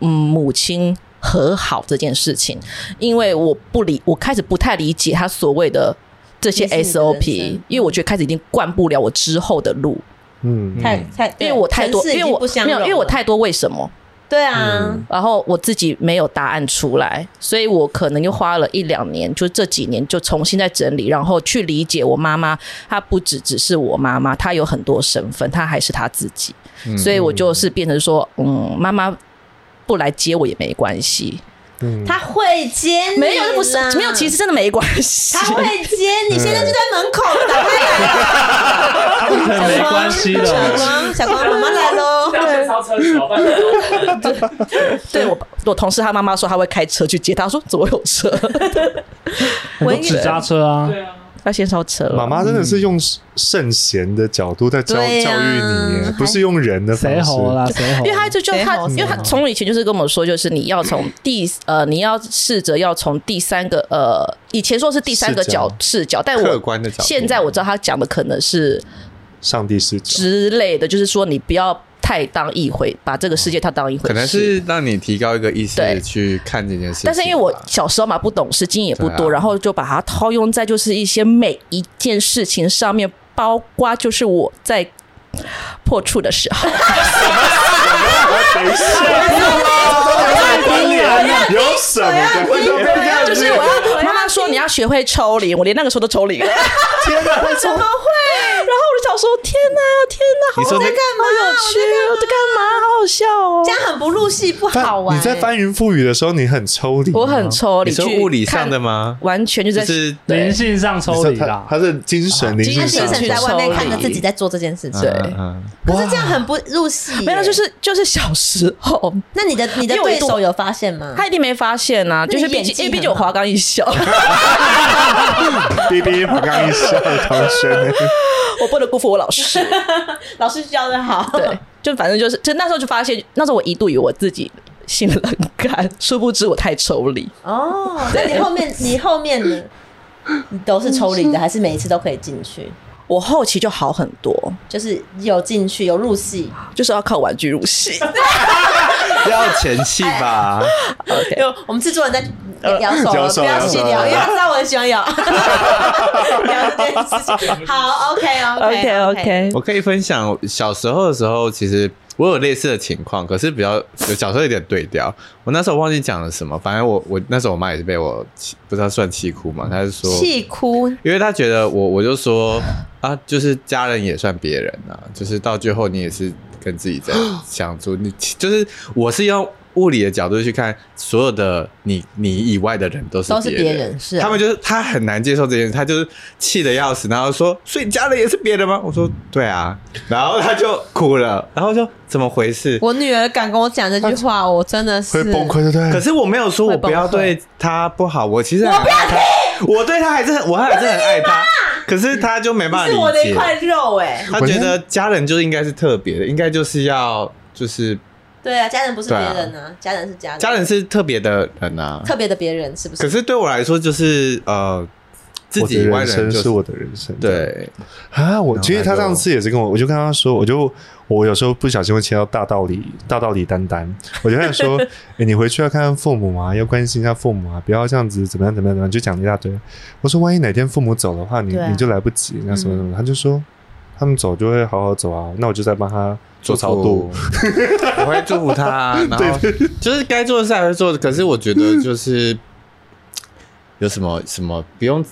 嗯母亲和好这件事情，因为我不理，我开始不太理解她所谓的这些
这是你的人
SOP，
生嗯
因为我觉得开始已经惯不了我之后的路。
嗯
太太，
因为我太多，
城市已
因
经
为我
不相
没有，
容
因为我
了
太多为什么，
对啊，
然后我自己没有答案出来，所以我可能又花了一两年，就这几年就重新再整理，然后去理解我妈妈，她不只只是我妈妈，她有很多身份，她还是她自己，所以我就是变成说，嗯，妈妈不来接我也没关系，
嗯，
他会接你，
没有，那不是没有，其。实真的没关系，
他会接你，现在就在门口，打开来了。
没关系的，
小光，小光，妈妈来喽。
对我我同事他妈妈说她会开车去接她，我说怎么有车？
我
我
都
应
只刹车啊，
要先烧车了
妈妈真的是用圣贤的角度在教教育
对啊
你耶，不是用人的
谁
方式。
吼啦
啊
谁
哦
吼，
因为他就就
谁
他
好，
因为他从以前就是跟我们说，就是你要从第呃，你要试着要从第三个呃，以前说是第三个
视角
角视角，但
客
我
观的角度。
现在我知道他讲的可能是
上帝视角，
之类的，就是说你不要太当一回，把这个世界太当一回事。
可能是让你提高一个意识
对
去看这件事情吧。
但是因为我小时候嘛不懂事，经验也不
对
多，
啊
然后就把它套用在就是一些每一件事情上面，包括就是我在破处的时候，
等一下，关联有什么关联？
就是我要妈妈说你要学会抽离，我连那个时候都抽离了。
天哪，会
怎么会？
然后我就想说，天哪，天哪，
你
好
说
好
那
在干嘛？
有趣，我在干嘛？好好笑哦
这。样很不入戏，不好玩。
你在翻云覆雨的时候，你很抽离吗，
我很抽离，
你说
去
物理上
看
的吗？
完全就
就
在
是
对
灵性上抽
你
离
说
啦
他，他是精神灵
他
性
精
上
神
去
在外面看着
抽离
自己在做这件事情，
对
嗯嗯
可是这样很不入戏耶。
没有，就是就是小时候，
那你的你的
因为我
对
一度
手有发现吗？
他一定没发现啊，
那
就
你
是毕
演技
竟因为毕
很
竟我
好
华冈艺校，
，B B 我刚一笑，同学，
我不能辜负我老师。
老师教的好，
对，就反正就是，就那时候就发现，那时候我一度以为我自己性冷感，殊不知我太抽离。
哦，那你后 面你后面呢？你都是抽离的，还是每一次都可以进去？
我后期就好很多，
就是有进去，有入戏，
就是要靠玩具入戏。
要前戏吧，
哎 OK，
有我们制作人在摇手
摇
了，
手
不要细聊，
摇手
因为他知道我很喜欢摇 聊这件事情。好，OK OK
OK，OK，
我可以分享小时候的时候，其实我有类似的情况，可是比较有小时候有点对调。我那时候忘记讲了什么，反正我我那时候我妈也是被我气不知道算气哭嘛，她就说
气哭，
因为他觉得我，我就说啊，就是家人也算别人啊，就是到最后你也是跟自己 在相处，你就是我是用物理的角度去看所有的你，你以外的人都是
都是别
别
人，是啊
他们就是他很难接受这件事，他就是气得要死，然后说：“所以家人也是别人吗？”我说：“对啊。”然后他就哭了，然后就怎么回事？
我女儿敢跟我讲这句话，我真的是
会崩溃，对不
可
对？
是我没有说我不要对他不好，我其实我不要听，我对他还是很，我还是很爱他，可是他就没办法理
啊是
解。
我的一块肉哎、
他觉得家人就应该是特别的，应该就是要就是
对啊，家人不是别
对啊
人啊，家人是家人，
家人是特别的人啊。
特别的别人是不
可
是？
是对我来说，就是呃，自
我
己
的
以外
人
的人
生
就是
我的人生，
对，
啊，我
然后
其实
他
他
就
上次也是跟我，我就跟他说，我就我有时候不小心会切到大道理，大道理丹 丹，我就跟他说，哎、你回去要看看父母啊，要关心一下父母啊，不要这样子怎么样怎么样怎么样，就讲一大堆。我说，万一哪天父母走的话，你、
对啊
你就来不及，那什么
嗯
什么，他就说他们走就会好好走啊，那我就再帮他做超度
祝。福， 我会祝福他，啊然后就是该做的事还是做，可是我觉得就是有什么什么不用，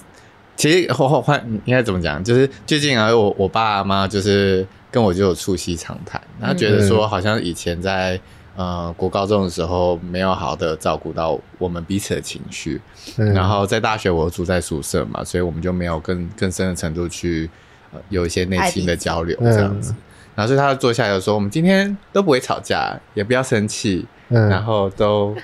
其实换换换应该怎么讲，就是最近啊，我我爸妈就是跟我就有促膝长谈，他觉得说好像以前在。呃，国高中的时候没有好的照顾到我们彼此的情绪，
嗯
然后在大学我住在宿舍嘛，所以我们就没有更更深的程度去、呃有一些内心的交流
嗯
这样子。然后所以他坐下来就说：“我们今天都不会吵架，也不要生气，然
嗯，
后都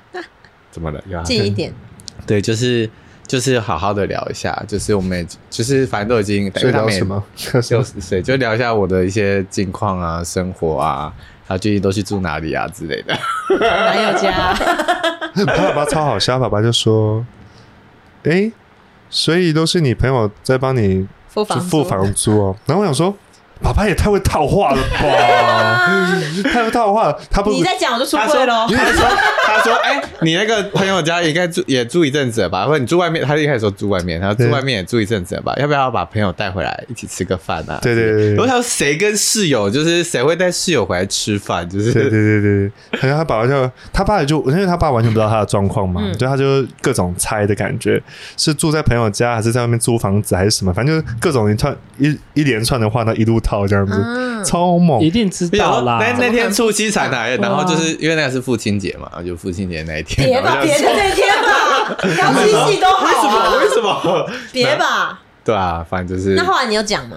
怎么了？有啊
近一点，
对，就是就是好好的聊一下，就是我们也就是反正都已经
所以聊什？
因为
么？
他们也六十岁就聊一下我的一些近况啊、生活啊，他最近都去住哪里啊之类的。
男友家
他爸爸超好笑，他爸爸就说，哎、所以都是你朋友在帮你
付
就
房
付房租 哦。然后我想说，爸爸也太会套话了 吧？太会套话了，他不
你再讲我就出
他
柜
说：“
喽。
他说，他说，哎、你那个朋友家也应该住，也住一阵子了吧？或者你住外面，他一开始说住外面，他说住外面也住一阵子了吧？要不要把朋友带回来一起吃个饭啊？
对对对对
我想谁跟室友，就是谁会带室友回来吃饭？就是
对对对对对，好像他爸爸就他爸也就因为他爸完全不知道他的状况嘛，
嗯
所以他就各种猜的感觉，是住在朋友家还是在外面租房子还是什么，反正就是各种一串一一连串的话，那一路套这样子，
嗯
超猛
一。定知
比如
道
说
啦。
那那天除夕才来，
对啊
然后就是因为那个是父亲节嘛，就父亲节那一天，
别
然后
吧，
就
别的那天 吧，要七夕都好啊，
为什么？
别吧。
对啊，反正就是
那后来你有讲吗？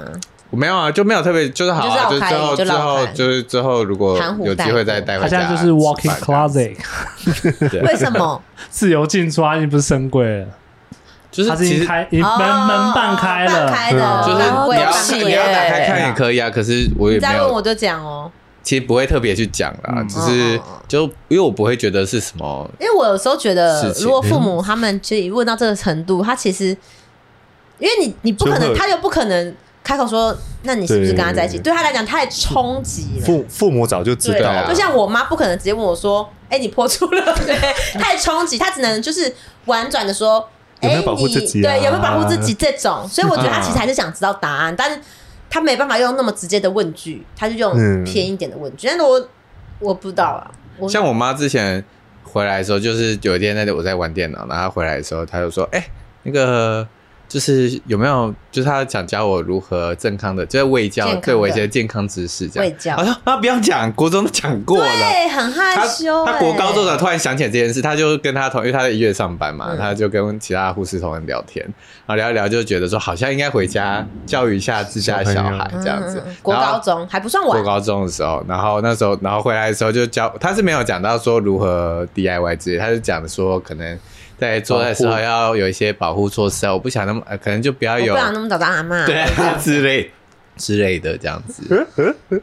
我没有啊，就没有特别，就是好、啊，
你
就
就绕
之
开
后
你就
之
绕
后
开
就是之后，如果
含糊
有
带
机会
过
再带
他
回
现
家吃饭。
在就是 walking
这样子
closet，
对
为什么？
自由进出，他已经不是深柜了，
就是
他是已
其
经
实
开已经
哦
门门半开
半
了，
开的，
就是
半
你
柜
要
半
是
柜
看啊你要打开
耶
看也可以啊，可是我也
你
没
再问我
有，
就讲哦，
其实不会特别去讲啦，
嗯
只是
哦哦哦
就因为我不会觉得是什么，
因为我有时候觉得
事，情
如果父母他们就一问到这个程度，他其实因为你你不可
就
能，
会
他又不可能开口说，那你是不是跟他在一起？
对
对他来讲太冲击了。
父父母早就知
对
道
啊
了
就，像我妈不可能直接问我说：“哎、你破处了？” 对，太冲击，她只能就是婉转的说：“哎、
有没
你
有保护自己啊
对，有没有保护自己？”这 种，所以我觉得她其实还是想知道答案，但是她没办法用那么直接的问句，她就用
嗯
偏一点的问句。但是我我不知道啊，我
像我妈之前回来的时候，就是有一天在我在玩电脑，然后她回来的时候，她就说：“哎、那个就是有没有，就是她想教我如何健康的，就是喂
健
教
康的
对我一些健康知识这样。”
喂教
好像啊，不要讲，国中都讲过了。
对，很害
他
羞、欸
他国高中的突然想起来这件事，他就跟他同，因为他在医院上班嘛，
嗯
他就跟其他护士同仁聊天，然后聊一聊就觉得说好像应该回家教育一下自家的
小
小
朋友
孩这样子
嗯嗯嗯。国
然后
高中还不算晚
过，高中的时候，然后那时候，然后回来的时候就教，他是没有讲到说如何 DIY 之类，他是讲说可能在做的时
保
候
护
要有一些保护措施啊，我不想那么，呃可能就不要
我
有
不想那么早当阿妈。
对啊之类之类的这样
嗯
子，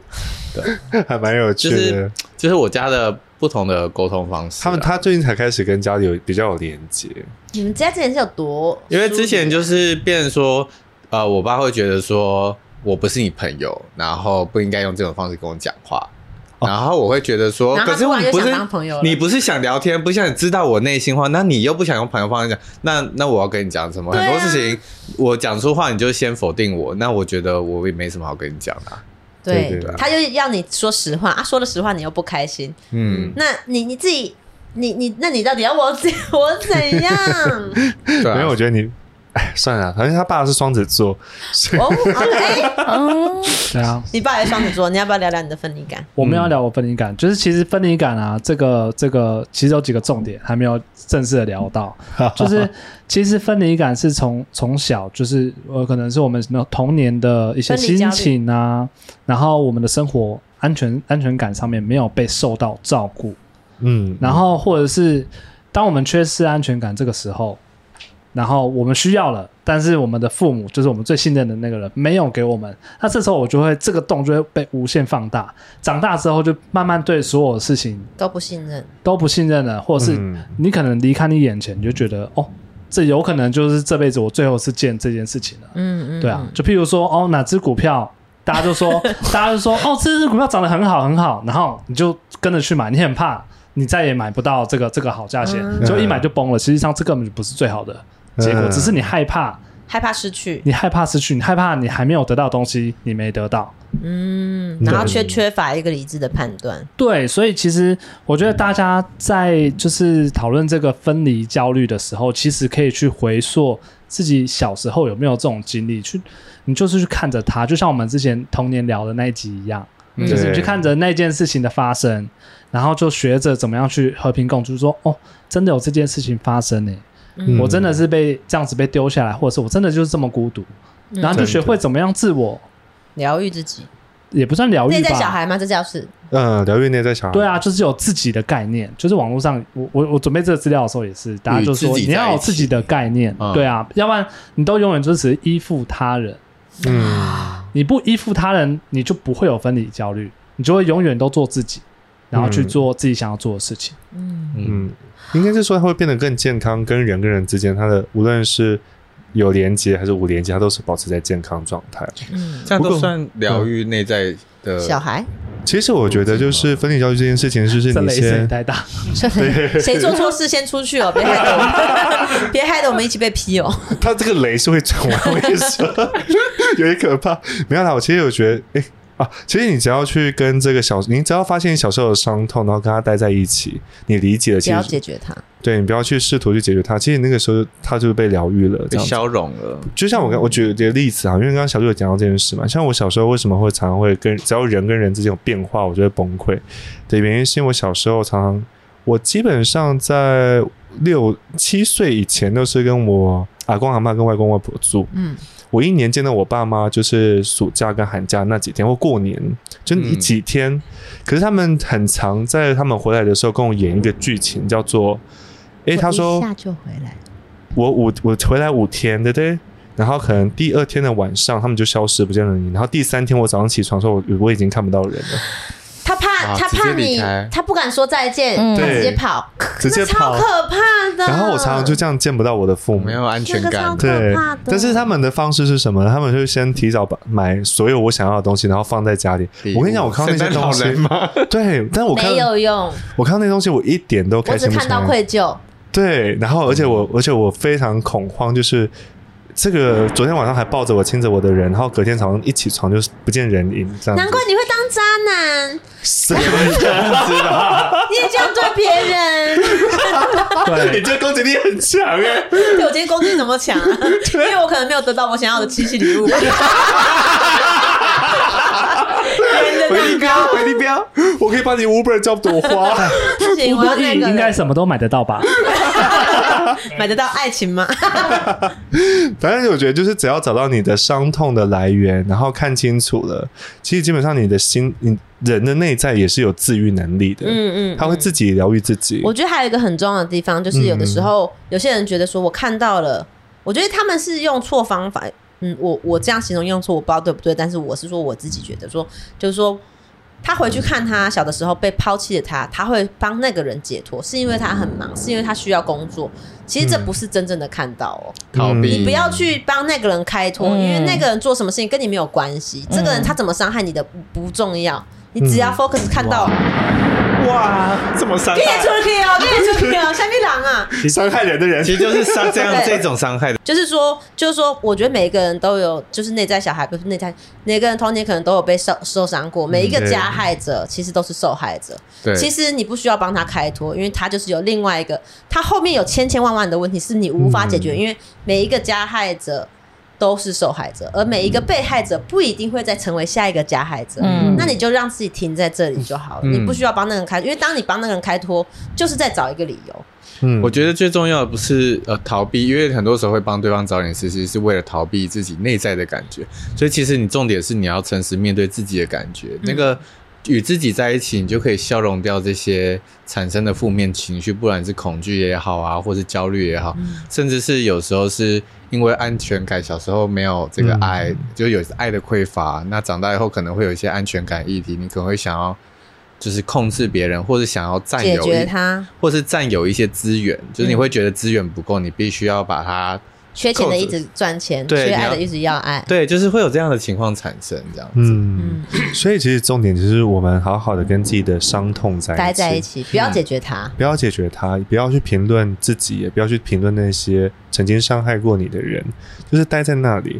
还蛮有趣
就
的。
是就是我家的不同的沟通方式啊、
他们他最近才开始跟家里有比较有连接，
你们家之前是有多？
因为之前就是变成说，呃，我爸会觉得说我不是你朋友，然后不应该用这种方式跟我讲话。然后我会觉得说，
哦然后
可
他
是
突然
你
就
不是
想当朋友了
你不是想聊天，不想知道我内心话，那你又不想用朋友方式讲，那那我要跟你讲什么？
对啊
很多事情我讲出话，你就先否定我，那我觉得我也没什么好跟你讲的啊、
对，
对对对
他就要你说实话啊，说了实话你又不开心，
嗯，
那你你自己，你你那你到底要我怎 我怎 样？
对、啊，
没有，我觉得你，哎，算了，好像他爸是双子座，所以
哦，好哎，
嗯，
对啊，
你爸也双子座，你要不要聊聊你的分离感？
我们要聊我分离
嗯
感，就是其实分离感啊，这个这个其实有几个重点还没有正式的聊 到，就是其实分离感是从从小就是呃，可能是我们什么童年的一些
分离焦
心
虑
情啊，然后我们的生活安全安全感上面没有被受到照顾，
嗯，
然后或者是当我们缺失安全感这个时候，然后我们需要了，但是我们的父母就是我们最信任的那个人没有给我们，那这时候我就会这个洞就会被无限放大，长大之后就慢慢对所有的事情
都不信任，
都不信任了，或者是
嗯
你可能离开你眼前你就觉得哦，这有可能就是这辈子我最后是见这件事情了。
嗯嗯，
对啊，就譬如说哦，哪只股票，大家就 说，大家就说哦，这只股票涨得很好很好，然后你就跟着去买，你很怕你再也买不到这个这个好价钱，
嗯
就一买就崩了。实际上这根本就不是最好的结果，
嗯
只是你害怕，
害怕失 去，
你害怕失去，你害怕你还没有得到的东西，你没得到。
嗯，然后缺缺乏一个理智的判断，
对，所以其实我觉得大家在就是讨论这个分离焦虑的时候，其实可以去回溯自己小时候有没有这种经历，去你就是去看着它，就像我们之前童年聊的那一集一样，
嗯
就是你去看着那件事情的发生，然后就学着怎么样去和平共处，说哦，真的有这件事情发生呢、
嗯
我真的是被这样子被丢下来，或者是我真的就是这么孤独，
嗯
然后就学会怎么样自我，
疗愈自己，
也不算疗愈
内在
吧，
小孩吗？这叫是
嗯，疗愈内在小孩，
对，啊，就是有自己的概念，就是网络上我我我准备这个资料的时候也是，大家就
与
说
自己
你要
在
有
一起
自己的概念，
嗯
对啊，要不然你都永远就只是依附他人，
嗯，
你不依附他人，你就不会有分离焦虑，你就会永远都做自己，然后去
嗯
做自己想要做的事情。
嗯
嗯，应该是说他会变得更健康，跟人跟人之间，他的无论是有连接还是无连接，他都是保持在健康状态。
嗯，
这样都算疗愈内在的
小孩
其实我觉得，就是分离焦虑这件事情，
嗯
就是
这
你
雷声也
先
太大，
谁做错事先出去哦，别害得我们，别害得我们一起被批哦。
他这个雷是会转弯，我跟 你说，有点可怕。没有啦，我其实有觉得，哎、啊，其实你只要去跟这个小，你只要发现你小时候的伤痛，然后跟他待在一起，你理解了，
不
其
要
实
解决它，
对你不要去试图去解决它，其实那个时候他就被疗愈了，这
被
样子。
消融了，
就像我刚我举个例子啊，因为刚刚小鹿有讲到这件事嘛，像我小时候为什么会常常会跟只要人跟人之间有变化，我就会崩溃的原因，是因为我小时候常常，我基本上在六七岁以前都是跟我阿公阿妈跟外公外婆住，
嗯，
我一年见到我爸妈就是暑假跟寒假那几天或过年，就一
嗯
几天，可是他们很常在他们回来的时候跟我演一个剧情，叫做，诶，他
我
说
一下就回来，
我五我回来五天，对不对？然后可能第二天的晚上他们就消失不见了影，然后第三天我早上起床的时候，我我已经看不到人了，
他怕
啊
他
直接
怕
离
你
开，
他不敢说再见，
嗯
他直接
对
跑，
直接
那超
跑。
可怕的。
然后我常常就这样见不到我的父母
没。有安全
那
感
个超，啊可
对
怕的，
但是他们的方式是什么呢？他们就先提早把买所有我想要的东西，然后放在家里
礼。物
我跟你讲，我看到那些
圣诞
东
老
西
人吗，
对，但我看
没有用，
我看到那东西，我一点都
我
开
只
心不
看
起
到
来。
嗯
愧疚。
对，然后而且我而且我非常恐慌，就是这个昨天晚上还抱着我亲着我的人，然后隔天早上一起床就是不见人影，这样子
难怪你会当渣男，
是这样子吧？
你也这样对别 人。
你
对，
这攻击力很强哎、
对我今天攻击怎么强、啊？因为我可能没有得到我想要的七夕礼 物。圆的蛋糕，
回力镖，我可以帮你 Uber 叫朵花。
不行，哎我要那个
应该
了
什么都买得到吧？
嗯
买得到爱情吗？
反正我觉得就是只要找到你的伤痛的来源，然后看清楚了，其实基本上你的心，你人的内在也是有自愈能力的。
嗯嗯
他会自己疗愈自己。
我觉得还有一个很重要的地方，就是有的时候、有些人觉得说我看到了，我觉得他们是用错方法。嗯，我我这样形容用错，我不知道对不对，但是我是说我自己觉得说，就是说他回去看他小的时候被抛弃的他，他会帮那个人解脱，是因为他很忙，是因为他需要工作。其实这不是真正的看到哦，
逃避，
你不要去帮那个人开脱，
嗯
因为那个人做什么事情跟你没有关系，这个人他怎么伤害你的不不重要，你只要 focus 看到。
哇，这么伤
你也出去哦，你也出去哦，下面狼啊！
伤害人的人
其实就是伤这样
对
这种伤害的，
就是说，就是说，我觉得每一个人都有，就是内在小孩，不是内在，每个人童年可能都有被受受伤过，每一个
对
加害者其实都是受害者。
嗯对，
其实你不需要帮他开脱，因为他就是有另外一个，他后面有千千万万的问题是你无法解决，
嗯
因为每一个加害者都是受害者，而每一个被害者不一定会再成为下一个加害者。
嗯
那你就让自己停在这里就好了，
嗯
你不需要帮那个人开，因为当你帮那个人开脱，就是在找一个理由。
嗯
我觉得最重要的不是呃逃避，因为很多时候会帮对方找点事，其实是为了逃避自己内在的感觉。所以其实你重点是你要诚实面对自己的感觉，
嗯
那个与自己在一起，你就可以消融掉这些产生的负面情绪，不管是恐惧也好啊，或是焦虑也好，
嗯
甚至是有时候是因为安全感，小时候没有这个
嗯
爱，就有爱的匮乏，那长大以后可能会有一些安全感议题，你可能会想要。就是控制别人，或者想要占有
解决
一
它
或是占有一些资源，就是你会觉得资源不够，你必须要把它
缺钱
扣
的
着
一直赚钱，
对
缺爱
你要
的一直要爱。
对，就是会有这样的情况产生，这样子。
嗯，所以其实重点就是我们好好的跟自己的伤痛在
待
一起
在一起，不要解决它。
不要解决它，不要去评论自己，也不要去评论那些曾经伤害过你的人，就是待在那里。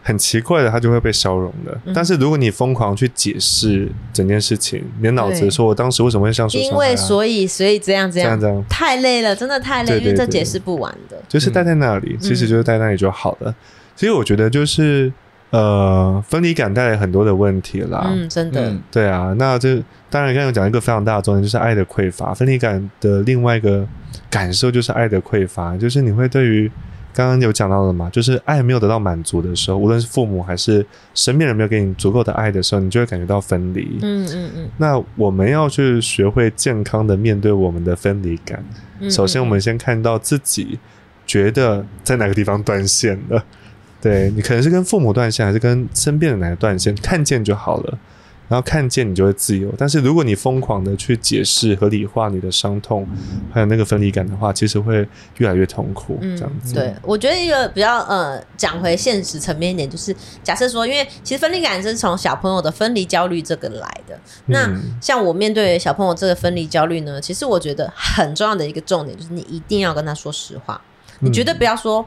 很奇怪的，它就会被消融的。
嗯
但是如果你疯狂去解释整件事情，你的脑子
对
说我当时为什么会这样受伤
因
害啊、
为所以所以这样这
这样
样
这样，
太累了，真的太累，
对
因为
对
这
对
解释不完的。
就是待在那
嗯
里，其实就是待在那里就好了。其实我觉得就是呃，分离感带来很多的问题啦。
嗯，真的，
嗯，
对啊，那这当然刚才有讲一个非常大的重点，就是爱的匮乏。分离感的另外一个感受就是爱的匮乏，就是你会对于刚刚有讲到的嘛，就是爱没有得到满足的时候，无论是父母还是身边人没有给你足够的爱的时候，你就会感觉到分离。
嗯嗯嗯
那我们要去学会健康的面对我们的分离感。
嗯。
首先，我们先看到自己觉得在哪个地方断线了。 对你可能是跟父母断线，还是跟身边的人来断线，看见就好了。然后看见你就会自由，但是如果你疯狂的去解释、合理化你的伤痛，还有那个分离感的话，其实会越来越痛苦。
嗯
这样子，
对，我觉得一个比较呃，讲回现实层面一点，就是假设说，因为其实分离感是从小朋友的分离焦虑这个来的。那
嗯
像我面对小朋友这个分离焦虑呢，其实我觉得很重要的一个重点就是，你一定要跟他说实话，你绝对不要说，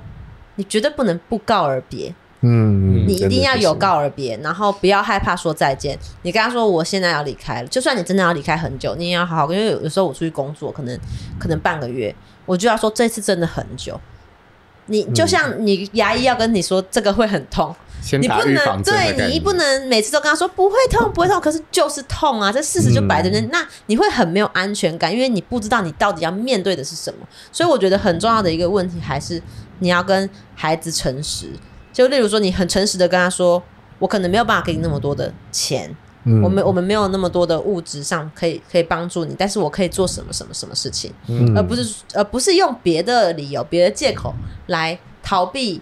你绝对不能不告而别。
嗯，
你一定要有
真的
告而别，然后不要害怕说再见。你跟他说我现在要离开了，就算你真的要离开很久，你也要好好，因为有有时候我出去工作，可能可能半个月，我就要说这次真的很久。你
嗯
就像你牙医要跟你说这个会很痛，
先
你
打
不
预防
能
针的概
对
念
你不能每次都跟他说不会痛不会痛，可是就是痛啊，这事实就摆在
嗯
那，那你会很没有安全感，因为你不知道你到底要面对的是什么。所以我觉得很重要的一个问题还是你要跟孩子诚实，就例如说你很诚实的跟他说，我可能没有办法给你那么多的钱，
是嗯
我们我们没有那么多的物质上可以可以帮助你，但是我可以做什么什么什么事情。
嗯
而不是而不是用别的理由、别的借口来逃避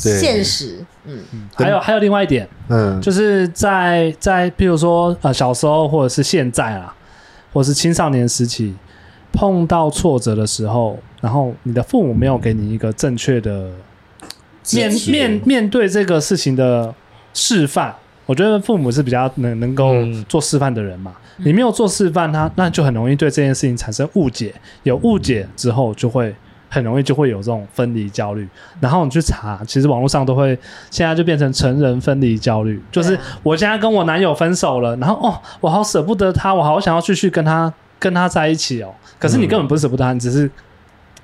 对
现实。嗯，
还有还有另外一点，
嗯
就是在在，比如说呃，小时候或者是现在啊，或是青少年时期，碰到挫折的时候，然后你的父母没有给你一个正确的
解
面
释
面面对这个事情的示范，我觉得父母是比较能能够
嗯
做示范的人嘛。你没有做示范，他那就很容易对这件事情产生误解，有误解之后就会很容易就会有这种分离焦虑。然后你去查，其实网络上都会，现在就变成成人分离焦虑，就是
对啊
我现在跟我男友分手了，然后哦，我好舍不得他，我好想要继续跟他跟他在一起哦。可是你根本不是舍不得他，你只是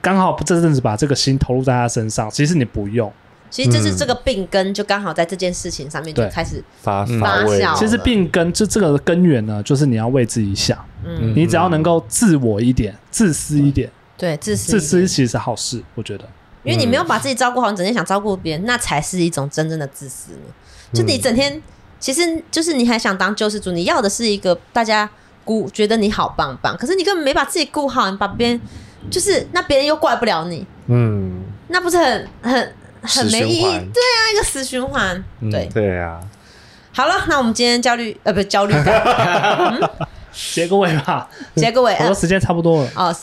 刚好这阵子把这个心投入在他身上，其实你不用。
其实就是这个病根就刚好在这件事情上面就
对
开始，
发
嗯
发
发
味
酵，
其实病根就这个根源呢，就是你要为自己想，
嗯，
你只要能够自我一点、自私一点，
对，自私
自
一点，
私嗯其实是好事，我觉得。
因为你没有把自己照顾好，你整天想照顾别人，那才是一种真正的自私呢。就你整天，其实就是你还想当救世主，你要的是一个大家估觉得你好棒棒，可是你根本没把自己顾好，你把别人就是那别人又怪不了你，
嗯，
那不是很很很
死
没
循
意义？
环
对啊，一个死循环。对，
对啊，
好了，那我们今天焦虑呃不是焦虑感，
结个尾 吧，
结个尾
我说
呃
时间差不多了。
哦，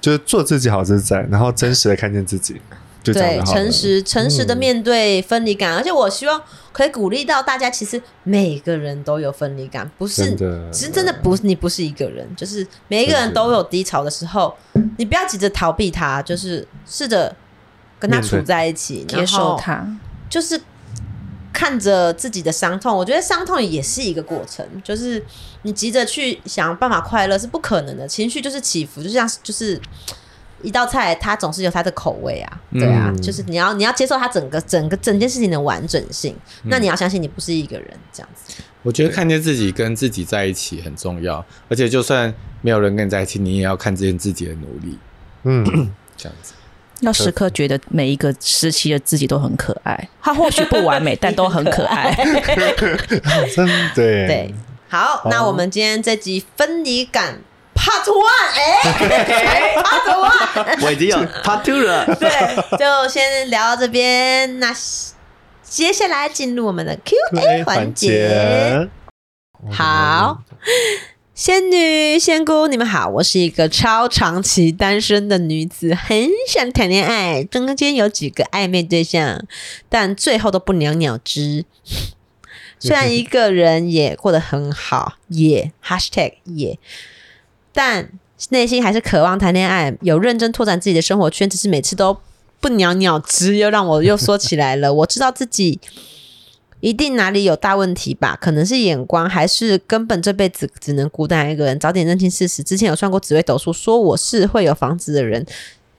就是做自己好自在，然后真实的看见自己，就这
对
样，就好了嗯
诚，实诚实的面对分离感，而且我希望可以鼓励到大家，其实每个人都有分离感，不是
真的
其实真的不，你不是一个人，就是每一个人都有低潮的时候，你不要急着逃避它，就是试着跟他
面对
处在一起，
接
然
受
后
它。
就是看着自己的伤痛，我觉得伤痛也是一个过程，就是你急着去想办法快乐是不可能的，情绪就是起伏，就像就是一道菜，它总是有它的口味啊，对啊，
嗯
就是你要你要接受它整个整个整件事情的完整性，那你要相信你不是一个人这样子，
我觉得看见自己跟自己在一起很重要，而且就算没有人跟你在一起，你也要看见自己的努力，
嗯，
这 样子。
要时刻觉得每一个时期的自己都很可爱，他或许不完 美，但都很可爱。
真的
对，好，那我们今天这集分离感 Part One，哎、p a r t One。
我已经 有 part two 了，
对，就先聊到这边。那接下来进入我们的
哎
Q&A 哎环节。，好，仙女、仙姑，你们好，我是一个超长期单身的女子，很想谈恋爱，中间有几个暧昧对象，但最后都不了了之。虽然一个人也过得很好，也 #hashtag 也，但内心还是渴望谈恋爱，有认真拓展自己的生活圈，只是每次都不了了之，又让我又说起来了。 我知道自己一定哪里有大问题吧？可能是眼光，还是根本这辈子只能孤单一个人。早点认清事实。之前有算过紫微斗数，说我是会有房子的人。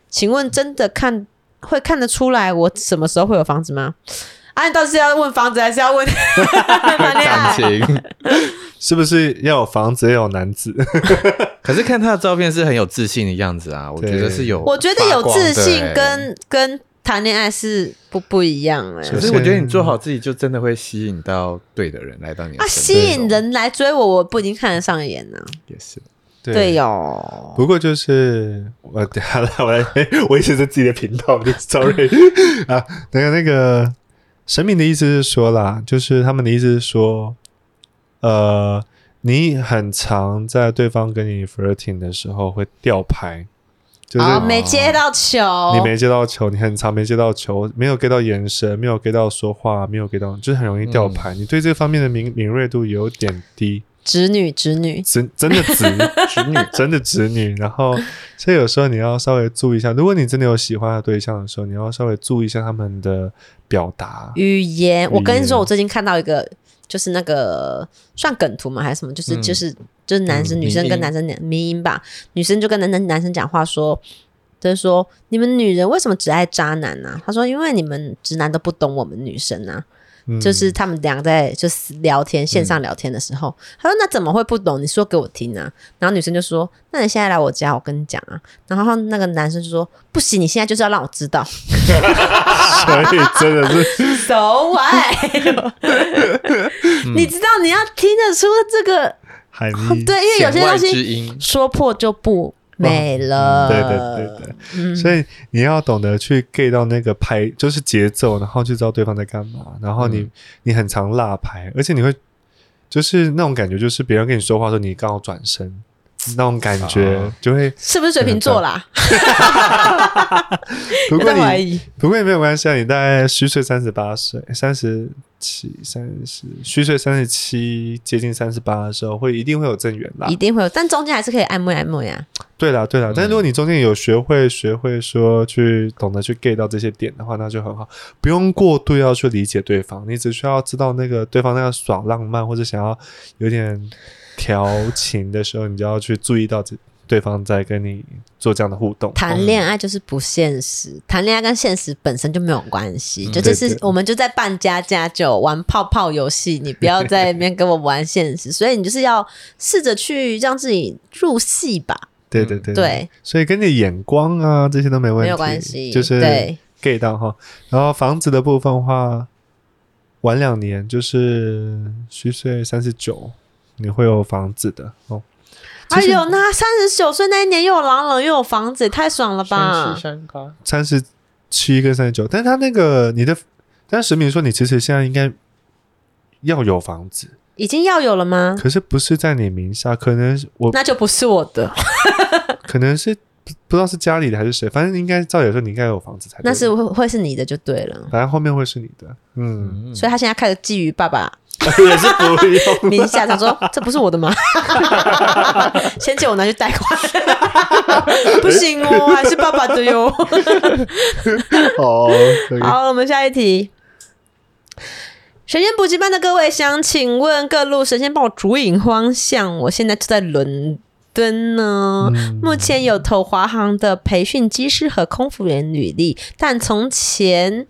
请问真的看会看得出来我什么时候会有房子吗？啊，你到底是要问房子，还是要问 谈恋爱？
感
啊
情。
是不是要有房子，要有男子？
可是看他的照片是很有自信的样子啊，我觉得是有，
我觉得有自信。跟跟谈恋爱是不不一样哎、
可是我觉得你做好自己，就真的会吸引到对的人来到你的
啊，
身
吸
边
引人来追我，我不一定看得上眼啊呢、
也是。
对哟，
不过就是我， 好了，我来，我一直在自己的频道里，sorry 啊。那个那个，神明的意思是说啦，就是他们的意思是说，呃，你很常在对方跟你 flirting 的时候会掉牌，就是
哦，没接到球，
你没接到球，你很长没接到球，没有 get 到眼神，没有 get 到说话，没有 get 到，就是很容易掉牌。
嗯
你对这方面的敏敏锐度有点低。
直女直女，
真真的直直 女，真的直女。然后，所以有时候你要稍微注意一下，如果你真的有喜欢的对象的时候，你要稍微注意一下他们的表达。
语言，我跟你
语
说，
言
我最近看到一个，就是那个算梗图吗？还是什么？就是、
嗯
就是就是男生、
嗯
女生
迷
跟
因
男生讲迷音吧，女生就跟男男男生讲话说，就是说你们女人为什么只爱渣男呢、啊？他说因为你们直男都不懂我们女生啊，
嗯
就是他们俩在就是聊天线上聊天的时候，他说那怎么会不懂？你说给我听啊。然后女生就说那你现在来我家，我跟你讲啊。然后那个男生就说不行，你现在就是要让我知道。
所以真 的是
So why？你知道你要听得出这个哦
含义。
对，因为有些东
弦外之
西
音
说破就不美了。
嗯对对对对，所以你要懂得去 get 到那个拍，就是节奏，然后就知道对方在干嘛。然后你、嗯你很常落拍，而且你会就是那种感觉，就是别人跟你说话的时候，你刚好转身，那种感觉，就会。
是不是水瓶座啦？
不
我
过
在怀
你
疑，
不过也没有关系啊，你大概虚岁三十八岁、三十七、三十虚岁三十七，接近三十八的时候，会一定会有正缘啦
一。定会有，但中间还是可以按摩按摩呀。
对啦，对啦，但是如果你中间有学会学会说去懂得去 get 到这些点的话，那就很好，不用过度要去理解对方，你只需要知道那个对方那个耍浪漫或者想要有点调情的时候，你就要去注意到这对方在跟你做这样的互动。
谈恋爱就是不现实，谈恋爱跟现实本身就没有关系，就这
哦嗯对
是
对
我们就在扮家家酒、玩泡泡游戏，你不要在那边跟我玩现 实，所以你就是要试着去让自己入戏吧，
对对对
对，
所以跟你眼光啊这些都没嗯问
嗯
题，
没有关系，
就是
对，
get 到哈。然后房子的部分的话，晚两年就是虚岁三十九，你会有房子的哦。
哎呦，那三十九岁那一年又有朗朗又有房子，也太爽了吧！
山高，
三十七跟三十九，但他那个你的，但神明说你其实现在应该要有房子，
已经要有了吗？
可是不是在你名下，可能我
那就不是我的，
可能是不不知道是家里的还是谁，反正应该照理说你应该有房子才对。
那是会会是你的就对了。
反正后面会是你的，嗯
嗯，
所以他现在开始觊觎爸爸
也是不 用。
名下，想说这不是我的吗？ 先借我拿去贷款，不行哦，还是爸爸的哟。
哦，这个
好，我们下一题。神仙补习班的各位，想请问各路神仙帮我指引方向。我现在就在伦敦呢，目前有投华航的培训机师和空服员履历，但从前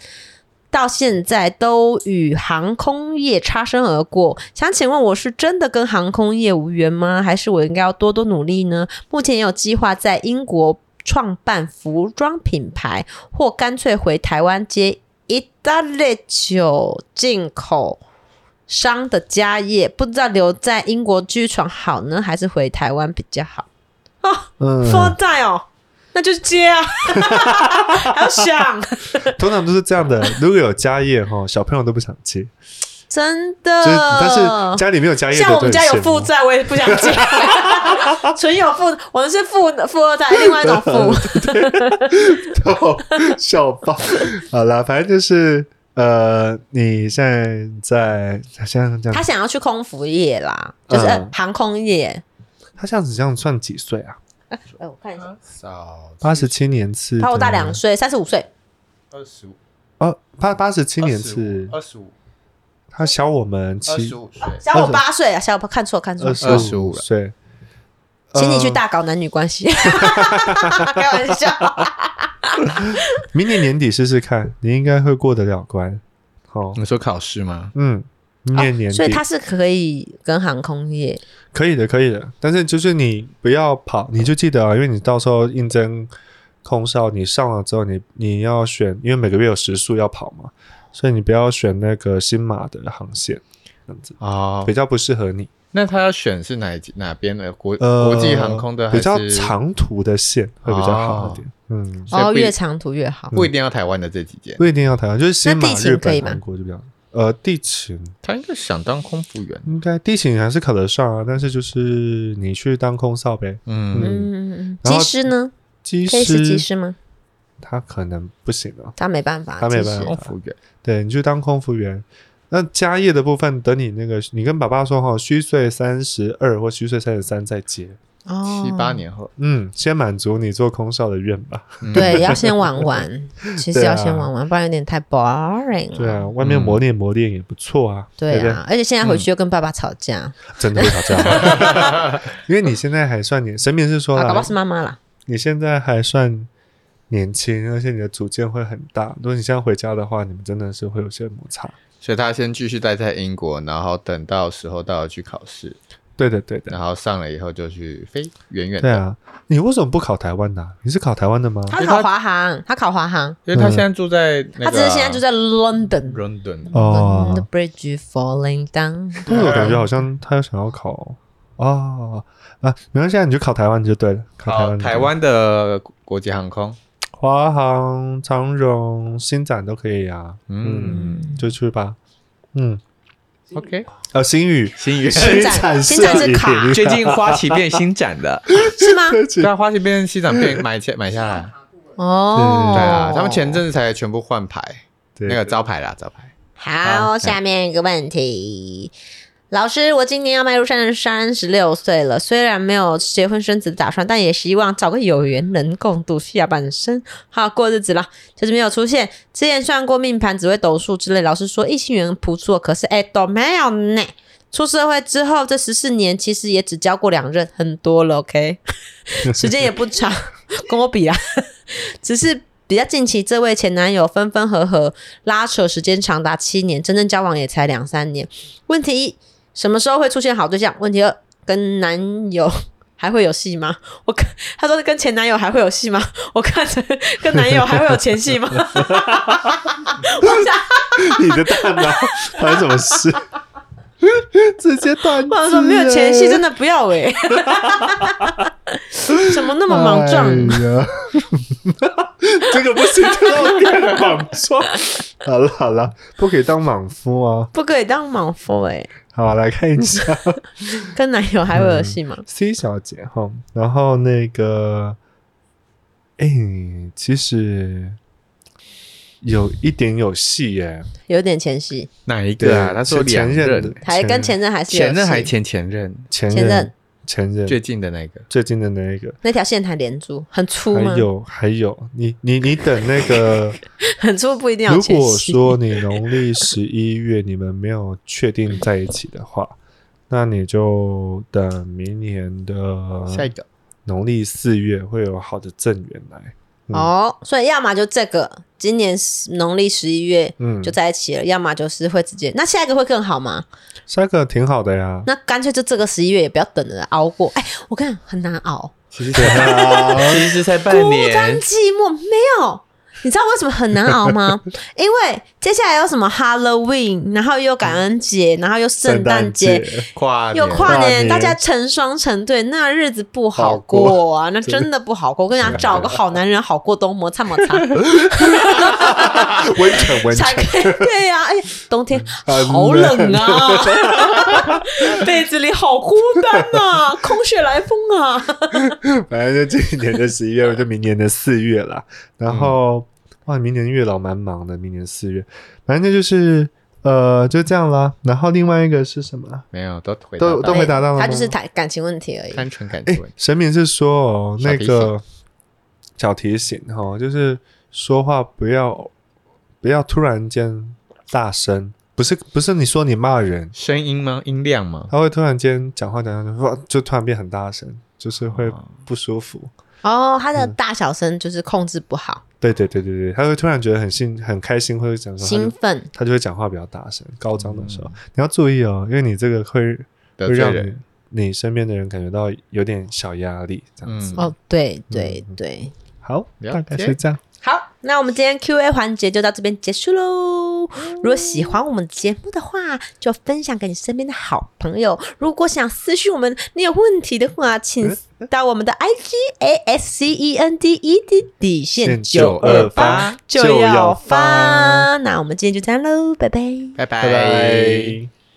到现在都与航空业擦身而过。想请问，我是真的跟航空业无缘吗？还是我应该要多多努力呢？目前也有计划在英国创办服装品牌，或干脆回台湾接意大利酒进口商的家业，不知道留在英国居床好呢，还是回台湾比较好？
嗯
富二代哦，那就接啊， 还要想，
通常都是这样的。如果有家业哈，小朋友都不想接，
真
就是但是
的。
家里没有家业
嗯
的，
像我们家有负
负债，
债，我也不想接。 纯有负，我们是富富二代，另外一种富。
笑爆。好啦，反正就是呃，你现在在现在这
他
样，
想要去空服业啦，就是、呃
嗯
航空业。
他这样子这样算几岁啊？
哎、我看一下，
少
八十七年次，
他我大两，岁，三十五岁。
二十五，
哦，八八十七年次，
二十五，
他小我们
二
七
十五岁，
小我八岁啊，小我看错看错
二，
二
十
十
五
五
岁，
请你去
呃
大搞男女关系， 开玩笑。
明年年底试试看，你应该会过得了关。好，
你说考试吗？
嗯，明年年底，
啊所以他是可以跟航空业，
可以的，可以的。但是就是你不要跑，你就记得啊，因为你到时候应征空少，你上了之后你，你要选，因为每个月有时数要跑嘛，所以你不要选那个新马的航线，这样子
哦
比，较不适合你。
那他要选是哪一集哪边的国
呃，
国际航空的，
比较，长途的线会比较好一点。嗯，
所以
哦，
不一
越长途越好。
不一定要台湾的这几间，
不一定要台湾，就是新马、
那地勤
日
可
本
以、吗
韩国就比较。呃，地勤
他应该想当空服员，
应该地勤还是考得上啊，但是就是你去当空少呗，
嗯，
嗯，技
然后
师呢？
机
可以是技
师
师吗？
他可能不行哦、
他没办法，
他没
技师
办
空
法
服员，
对，你去当空服员。那家业的部分，等你那个，你跟爸爸说哈，虚岁三十二或虚岁三十三再接。
哦
七八。年后，
嗯，先满足你做空少的愿吧。
嗯
对，要先玩玩，其实
对啊
要先玩玩，不然有点太 boring
对啊，
了。
外面磨练磨练也不错啊。
对
不
啊，而且现在回去又跟爸爸吵架，
对？真的会吵架， 因为你现在还算年，神明是说
啊，搞不
了
好，是妈妈啦。
你现在还算年轻，而且你的主见会很大。如果你现在回家的话，你们真的是会有些摩擦。
所以他先继续待在英国，然后等到时候到了去考试，
对的，对的，
然后上了以后就去飞远远
对
的，
啊。你为什么不考台湾的啊、你是考台湾的吗？
他考华航，他考华航，
因为他现在住在那个
他
啊，
只是现在就在 London。
London，
哦
When the bridge is falling down，
但是我感觉好像他想要考哦啊，没关系，啊，你就考台湾就对了，考台
好，
湾就对了、
台湾的国际航空，
华航、长荣、新展都可以啊。嗯，
嗯，
就去吧。嗯，
OK，
呃，星宇，
新宇
新展
展
新展
示
是卡
影
最近花旗变新展的，
是吗？
对啊，花旗变新展被买下买下来，
哦，
对啊，他们前阵子才全部换牌，
对
那个招牌啦，招牌。啊
好，下面一个问题。老师，我今年要迈入三三十六岁了，虽然没有结婚生子的打算，但也希望找个有缘人共度下半生，好好过日子啦。就是没有出现，之前算过命盘、紫微斗数之类，老师说异性缘不错，可是哎、都没有呢。出社会之后这十四年，其实也只交过两任，很多了，OK，时 间也不长， 跟我比啊， 只是比较近期这位前男友分分合合，拉扯时间长达七年，真正交往也才两三年。问题一，什么时候会出现好对象？问题二，跟男友还会有戏吗？ 我看他说跟前男友还会有戏吗？我看着跟男友还会有前戏吗？我想，
你的大脑发生什么事？ 直接断字啊
我
了。
想说没有前戏真的不要哎、 怎么那么莽撞？
哎呀 这个不行，这个有点莽撞。好了好了，不可以当莽夫啊。
不可以当莽夫哎、
好，来看一下
跟男友还会有戏吗？
C 小姐哈，然后那个，哎、其实有一点有戏耶、
有点前戏，
哪一个啊？
对
他说
是前
两
任的
任，
还跟前任还是有
前任还
戏
前前任，
前
前任
任前任
最近的那个。
最近的那一个，
那条线还连住，很粗吗
还？有还有，你你你等那个。
很粗不一定要
如
前戏。
果 说你农历十一月你们没有确定在一起的话， 那你就等明年
下一
的
个
农历四月会有好的正缘来。嗯
哦，所以要么就这个，今年十农历十一月
嗯
就在一起了；要么就是会直接，那下一个会更好吗？
下一个挺好的呀，
那干脆就这个十一月也不要等了，熬过。哎、我看很难熬，
其实 其实才半
孤单
年，
寂寞没有。你知道为什么很难熬吗？因为接下来有什么 Halloween，然后又感恩节，然后又圣诞节，
跨
又
年
跨
跨
年，
年
大家成双成对，那日子不好
好过
过啊，那真的不好过。我跟你讲，找个好男人好过冬，摩擦摩擦。
温泉温
才
泉，
可以对呀、哎，冬天好冷啊，被子里好孤单啊，空穴来风啊。
反正就今年的十一月，就明年的四月啦。然后、哇，明年月老蛮忙的，明年四月，反正就是呃就这样啦。然后另外一个是什么？
没有都回
都都回答到了吗
他就是谈感情问题而已。
单纯感
哎
情问，题。
神明是说哦，
小
那
提
个小提醒哈、哦，就是说话不要不要突然间大声，不是不是你说你骂人，
声音吗？音量吗？
他会突然间讲话讲讲哇，就突然变很大声，就是会不舒服。
哦，他的大小声就是控制不好，
对对对对对，他会突然觉得很兴很开心，会讲说
兴
他就
奋。
他就会讲话比较大声，高涨的时候、你要注意哦，因为你这个会
嗯得
会
罪
让
人
你你身边的人感觉到有点小压力，这样子。
嗯
哦，对对对。
好，
了
大概
解
是这样。
好，那我们今天 Q&A 环节就到这边结束喽。如果喜欢我们节目的话，就分享给你身边的好朋友。如果想私讯我们，你有问题的话，请到我们的 IG A S C E N D E 的底线九二八
928
就要发。那我们今天就这样喽，拜拜。
拜拜
拜拜。